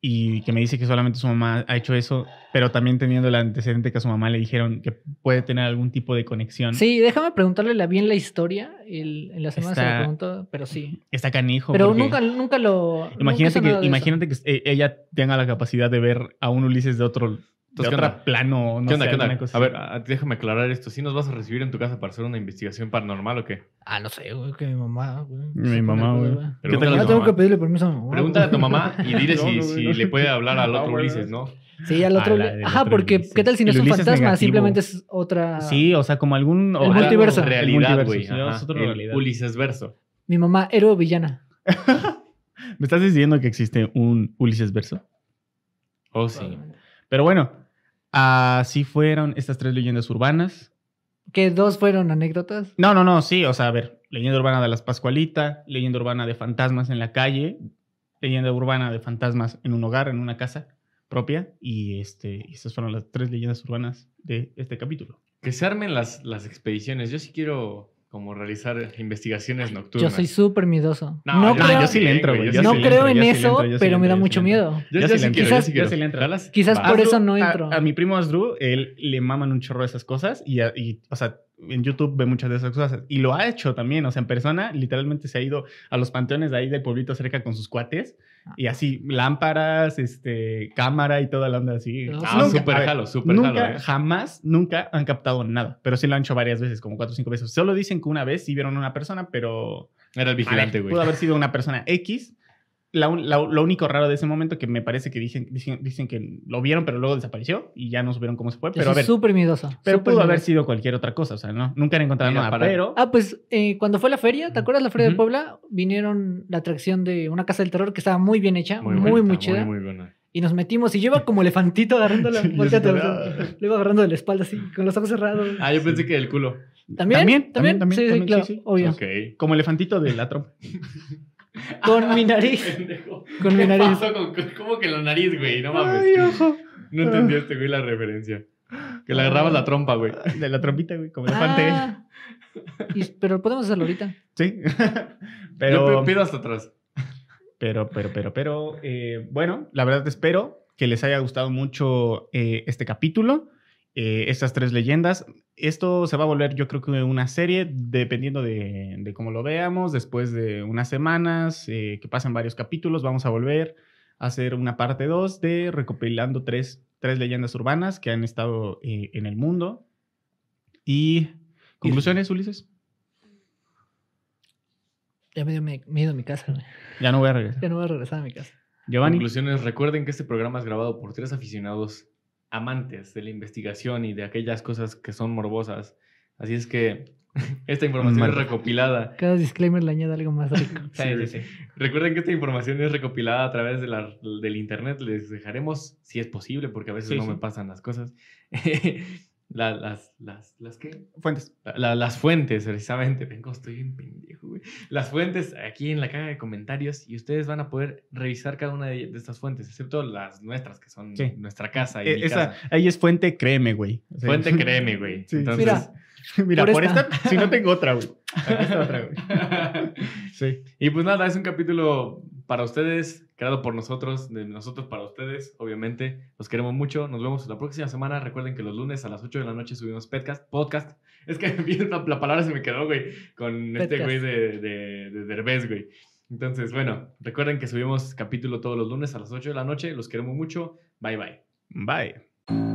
Speaker 1: y que me dice que solamente su mamá ha hecho eso, pero también teniendo el antecedente que a su mamá le dijeron que puede tener algún tipo de conexión.
Speaker 2: Sí, déjame preguntarle la- bien la historia. el- en la semana se
Speaker 1: Está-
Speaker 2: la pregunto, pero sí.
Speaker 1: Está canijo.
Speaker 2: Pero
Speaker 1: porque
Speaker 2: nunca, nunca lo. nunca
Speaker 1: Imagínate
Speaker 2: hizo
Speaker 1: que,
Speaker 2: nada de eso.
Speaker 1: imagínate que eh, ella tenga la capacidad de ver a un Ulises de otro, de
Speaker 3: ¿qué
Speaker 1: otro
Speaker 3: onda?
Speaker 1: plano. No
Speaker 3: ¿Qué onda?
Speaker 1: sé,
Speaker 3: ¿Qué onda?
Speaker 1: alguna cosa
Speaker 3: A ver,
Speaker 1: así.
Speaker 3: a- déjame aclarar esto. ¿Sí nos vas a recibir en tu casa para hacer una investigación paranormal o qué?
Speaker 2: Ah, no sé, güey, que mi mamá, güey.
Speaker 1: Mi
Speaker 2: se pone
Speaker 1: mamá,
Speaker 2: peluda.
Speaker 1: güey.
Speaker 2: Ah,
Speaker 1: ¿Qué tal
Speaker 3: Pregúntale a
Speaker 1: la
Speaker 3: tu
Speaker 2: tengo
Speaker 3: mamá.
Speaker 2: que pedirle permiso a mi mamá.
Speaker 3: Pregúntale a tu
Speaker 2: güey.
Speaker 3: mamá y dile
Speaker 1: No,
Speaker 3: si,
Speaker 1: no,
Speaker 3: si
Speaker 1: no.
Speaker 3: le puede hablar al
Speaker 1: Ah,
Speaker 3: otro
Speaker 1: bueno.
Speaker 3: Ulises, ¿no?
Speaker 2: Sí, al
Speaker 1: A
Speaker 2: otro.
Speaker 1: la del
Speaker 2: Ajá,
Speaker 1: otro
Speaker 2: porque
Speaker 1: Ulises.
Speaker 2: ¿qué tal si no
Speaker 1: El
Speaker 2: es un
Speaker 1: Ulises
Speaker 2: fantasma?
Speaker 1: negativo.
Speaker 2: Simplemente es otra.
Speaker 1: Sí, o sea, como algún...
Speaker 2: Ah. El
Speaker 1: o-
Speaker 2: multiverso.
Speaker 1: algo-
Speaker 3: Realidad,
Speaker 1: el multiverso,
Speaker 3: güey.
Speaker 1: sí,
Speaker 3: ajá.
Speaker 1: es otra
Speaker 3: El
Speaker 1: realidad.
Speaker 3: Ulises verso.
Speaker 2: Mi mamá, héroe o villana.
Speaker 1: Me estás diciendo que existe un Ulises verso.
Speaker 3: Oh, sí.
Speaker 2: Probablemente.
Speaker 1: Pero bueno, así fueron estas tres leyendas urbanas.
Speaker 2: Que dos fueron anécdotas.
Speaker 1: No, no, no, sí, o sea, a ver, leyenda urbana de las Pascualita, leyenda urbana de fantasmas en la calle, leyenda urbana de fantasmas en un hogar, en una casa propia, y este, y estas fueron las tres leyendas urbanas de este capítulo.
Speaker 3: Que se armen las, las expediciones. Yo sí quiero como realizar investigaciones
Speaker 2: Yo
Speaker 3: nocturnas.
Speaker 2: soy súper miedoso.
Speaker 3: No,
Speaker 2: No,
Speaker 3: yo-
Speaker 2: creo,
Speaker 1: Ah, yo sí le entro, güey. yo
Speaker 2: no
Speaker 1: sí le entro, yo
Speaker 2: creo en
Speaker 1: sí le
Speaker 2: eso,
Speaker 1: entro, yo sí le
Speaker 2: pero me da
Speaker 1: entro, yo
Speaker 2: mucho
Speaker 1: sí le entro.
Speaker 2: miedo.
Speaker 1: Ya
Speaker 3: Yo, yo
Speaker 1: se
Speaker 3: sí
Speaker 1: le
Speaker 3: quiero,
Speaker 1: entró,
Speaker 3: yo
Speaker 1: ya
Speaker 3: sí
Speaker 1: se
Speaker 3: quiero.
Speaker 1: le entró.
Speaker 3: Jalas-
Speaker 2: Quizás
Speaker 3: va.
Speaker 2: por
Speaker 1: Asdru-
Speaker 2: eso no entro.
Speaker 1: Ah, A, a mi primo Asdru, él le maman un chorro de esas cosas y, a- y, o sea, en YouTube ve muchas de esas cosas. Y lo ha hecho también, o sea, en persona, literalmente se ha ido a los panteones de ahí del pueblito cerca con sus cuates
Speaker 3: Ah.
Speaker 1: y así, lámparas, este, cámara y toda la onda así.
Speaker 2: No,
Speaker 3: Ah,
Speaker 2: Nunca-
Speaker 3: súper
Speaker 1: a ver,
Speaker 3: jalo, súper
Speaker 1: Nunca,
Speaker 3: jalo. eh.
Speaker 1: jamás, nunca han captado nada, pero sí lo han hecho varias veces, como cuatro o cinco veces. Solo dicen que una vez sí vieron a una persona, pero
Speaker 3: Era el
Speaker 1: a ver,
Speaker 3: vigilante, güey.
Speaker 1: Pudo haber sido una persona X. La un- la- lo único raro de ese momento que me parece que dicen, dicen, dicen que lo vieron, pero luego desapareció y ya no supieron cómo se fue.
Speaker 2: Yo
Speaker 1: Pero a
Speaker 2: soy
Speaker 1: ver,
Speaker 2: súper miedoso.
Speaker 1: pero
Speaker 2: súper
Speaker 1: pudo haber
Speaker 2: miedoso.
Speaker 1: sido cualquier otra cosa. O sea, no, nunca han encontrado
Speaker 3: Mira,
Speaker 1: nada.
Speaker 3: para-
Speaker 1: Pero.
Speaker 2: Ah, pues eh, cuando fue la feria, ¿te acuerdas la feria de
Speaker 1: Ujú.
Speaker 2: Puebla? Vinieron la atracción de una casa del terror que estaba muy bien hecha, muy, ¿eh? muy,
Speaker 3: bonita,
Speaker 2: chida.
Speaker 3: Muy, muy buena.
Speaker 2: Y nos metimos y yo iba como elefantito agarrando la,
Speaker 1: Sí, yo
Speaker 2: volteate,
Speaker 1: sí,
Speaker 2: o sea,
Speaker 1: ah.
Speaker 2: lo iba agarrando de la espalda así, con los ojos cerrados.
Speaker 3: Ah, yo pensé que el culo.
Speaker 2: ¿También? ¿También? ¿También? sí, sí, claro,
Speaker 1: sí, sí.
Speaker 2: obvio.
Speaker 3: Ok.
Speaker 1: Como elefantito de la trompa.
Speaker 2: Con mi nariz,
Speaker 3: Pendejo.
Speaker 2: con mi
Speaker 3: ¿Qué
Speaker 2: nariz.
Speaker 3: pasó con- con- ¿Cómo que la nariz, güey? No mames.
Speaker 1: ojo.
Speaker 3: No entendí este güey la referencia. Que le agarrabas la trompa, güey.
Speaker 1: De la trompita, güey, como elefante.
Speaker 2: Ah. Y- pero podemos hacerlo ahorita.
Speaker 1: Sí.
Speaker 3: Yo
Speaker 1: pero,
Speaker 3: pi- pido hasta atrás.
Speaker 1: pero, pero, pero, pero, eh, bueno, la verdad espero que les haya gustado mucho eh, este capítulo, eh, estas tres leyendas. Esto se va a volver, yo creo que una serie, dependiendo de, de cómo lo veamos. Después de unas semanas, eh, que pasen varios capítulos, vamos a volver a hacer una parte 2 de recopilando tres, tres leyendas urbanas que han estado eh, en el mundo. Y conclusiones, Ulises.
Speaker 2: Ya me dio mi- miedo mi casa, güey.
Speaker 1: Ya no voy a regresar.
Speaker 2: Ya no voy a regresar a mi casa.
Speaker 1: Giovanni.
Speaker 3: Conclusiones, recuerden que este programa es grabado por tres aficionados amantes de la investigación y de aquellas cosas que son morbosas. Así es que esta información
Speaker 1: Mal.
Speaker 3: es recopilada.
Speaker 2: Cada disclaimer le añade algo más rico.
Speaker 3: Sí, Recuerden que esta información es recopilada a través de la- del internet. Les dejaremos, si es posible, porque a veces
Speaker 1: Sí,
Speaker 3: no
Speaker 1: sí.
Speaker 3: me pasan las cosas. La- las, las, las, ¿qué?
Speaker 1: Fuentes.
Speaker 3: La- la- las fuentes, precisamente. Vengo, estoy bien pendejo, güey. Las fuentes aquí en la caja de comentarios y ustedes van a poder revisar cada una de, de estas fuentes, excepto las nuestras, que son
Speaker 1: Sí.
Speaker 3: nuestra casa y
Speaker 1: Eh,
Speaker 3: mi
Speaker 1: esa-
Speaker 3: casa.
Speaker 1: ahí es fuente, créeme, güey. O sea,
Speaker 3: Fuente, créeme, güey.
Speaker 1: Sí, sí.
Speaker 3: Entonces,
Speaker 2: Mira,
Speaker 1: Mira,
Speaker 2: por
Speaker 1: por esta.
Speaker 2: esta.
Speaker 1: si no tengo otra, güey. Aquí está otra, güey. Sí.
Speaker 3: y pues nada, es un capítulo para ustedes, creado por nosotros, de nosotros para ustedes, obviamente. Los queremos mucho. Nos vemos la próxima semana. Recuerden que los lunes a las 8 de la noche subimos podcast. podcast. Es que la, la palabra se me quedó, güey, con este
Speaker 2: Podcast.
Speaker 3: güey de, de, de Derbez, güey. Entonces, bueno, recuerden que subimos capítulo todos los lunes a las 8 de la noche. Los queremos mucho. Bye, bye.
Speaker 1: Bye.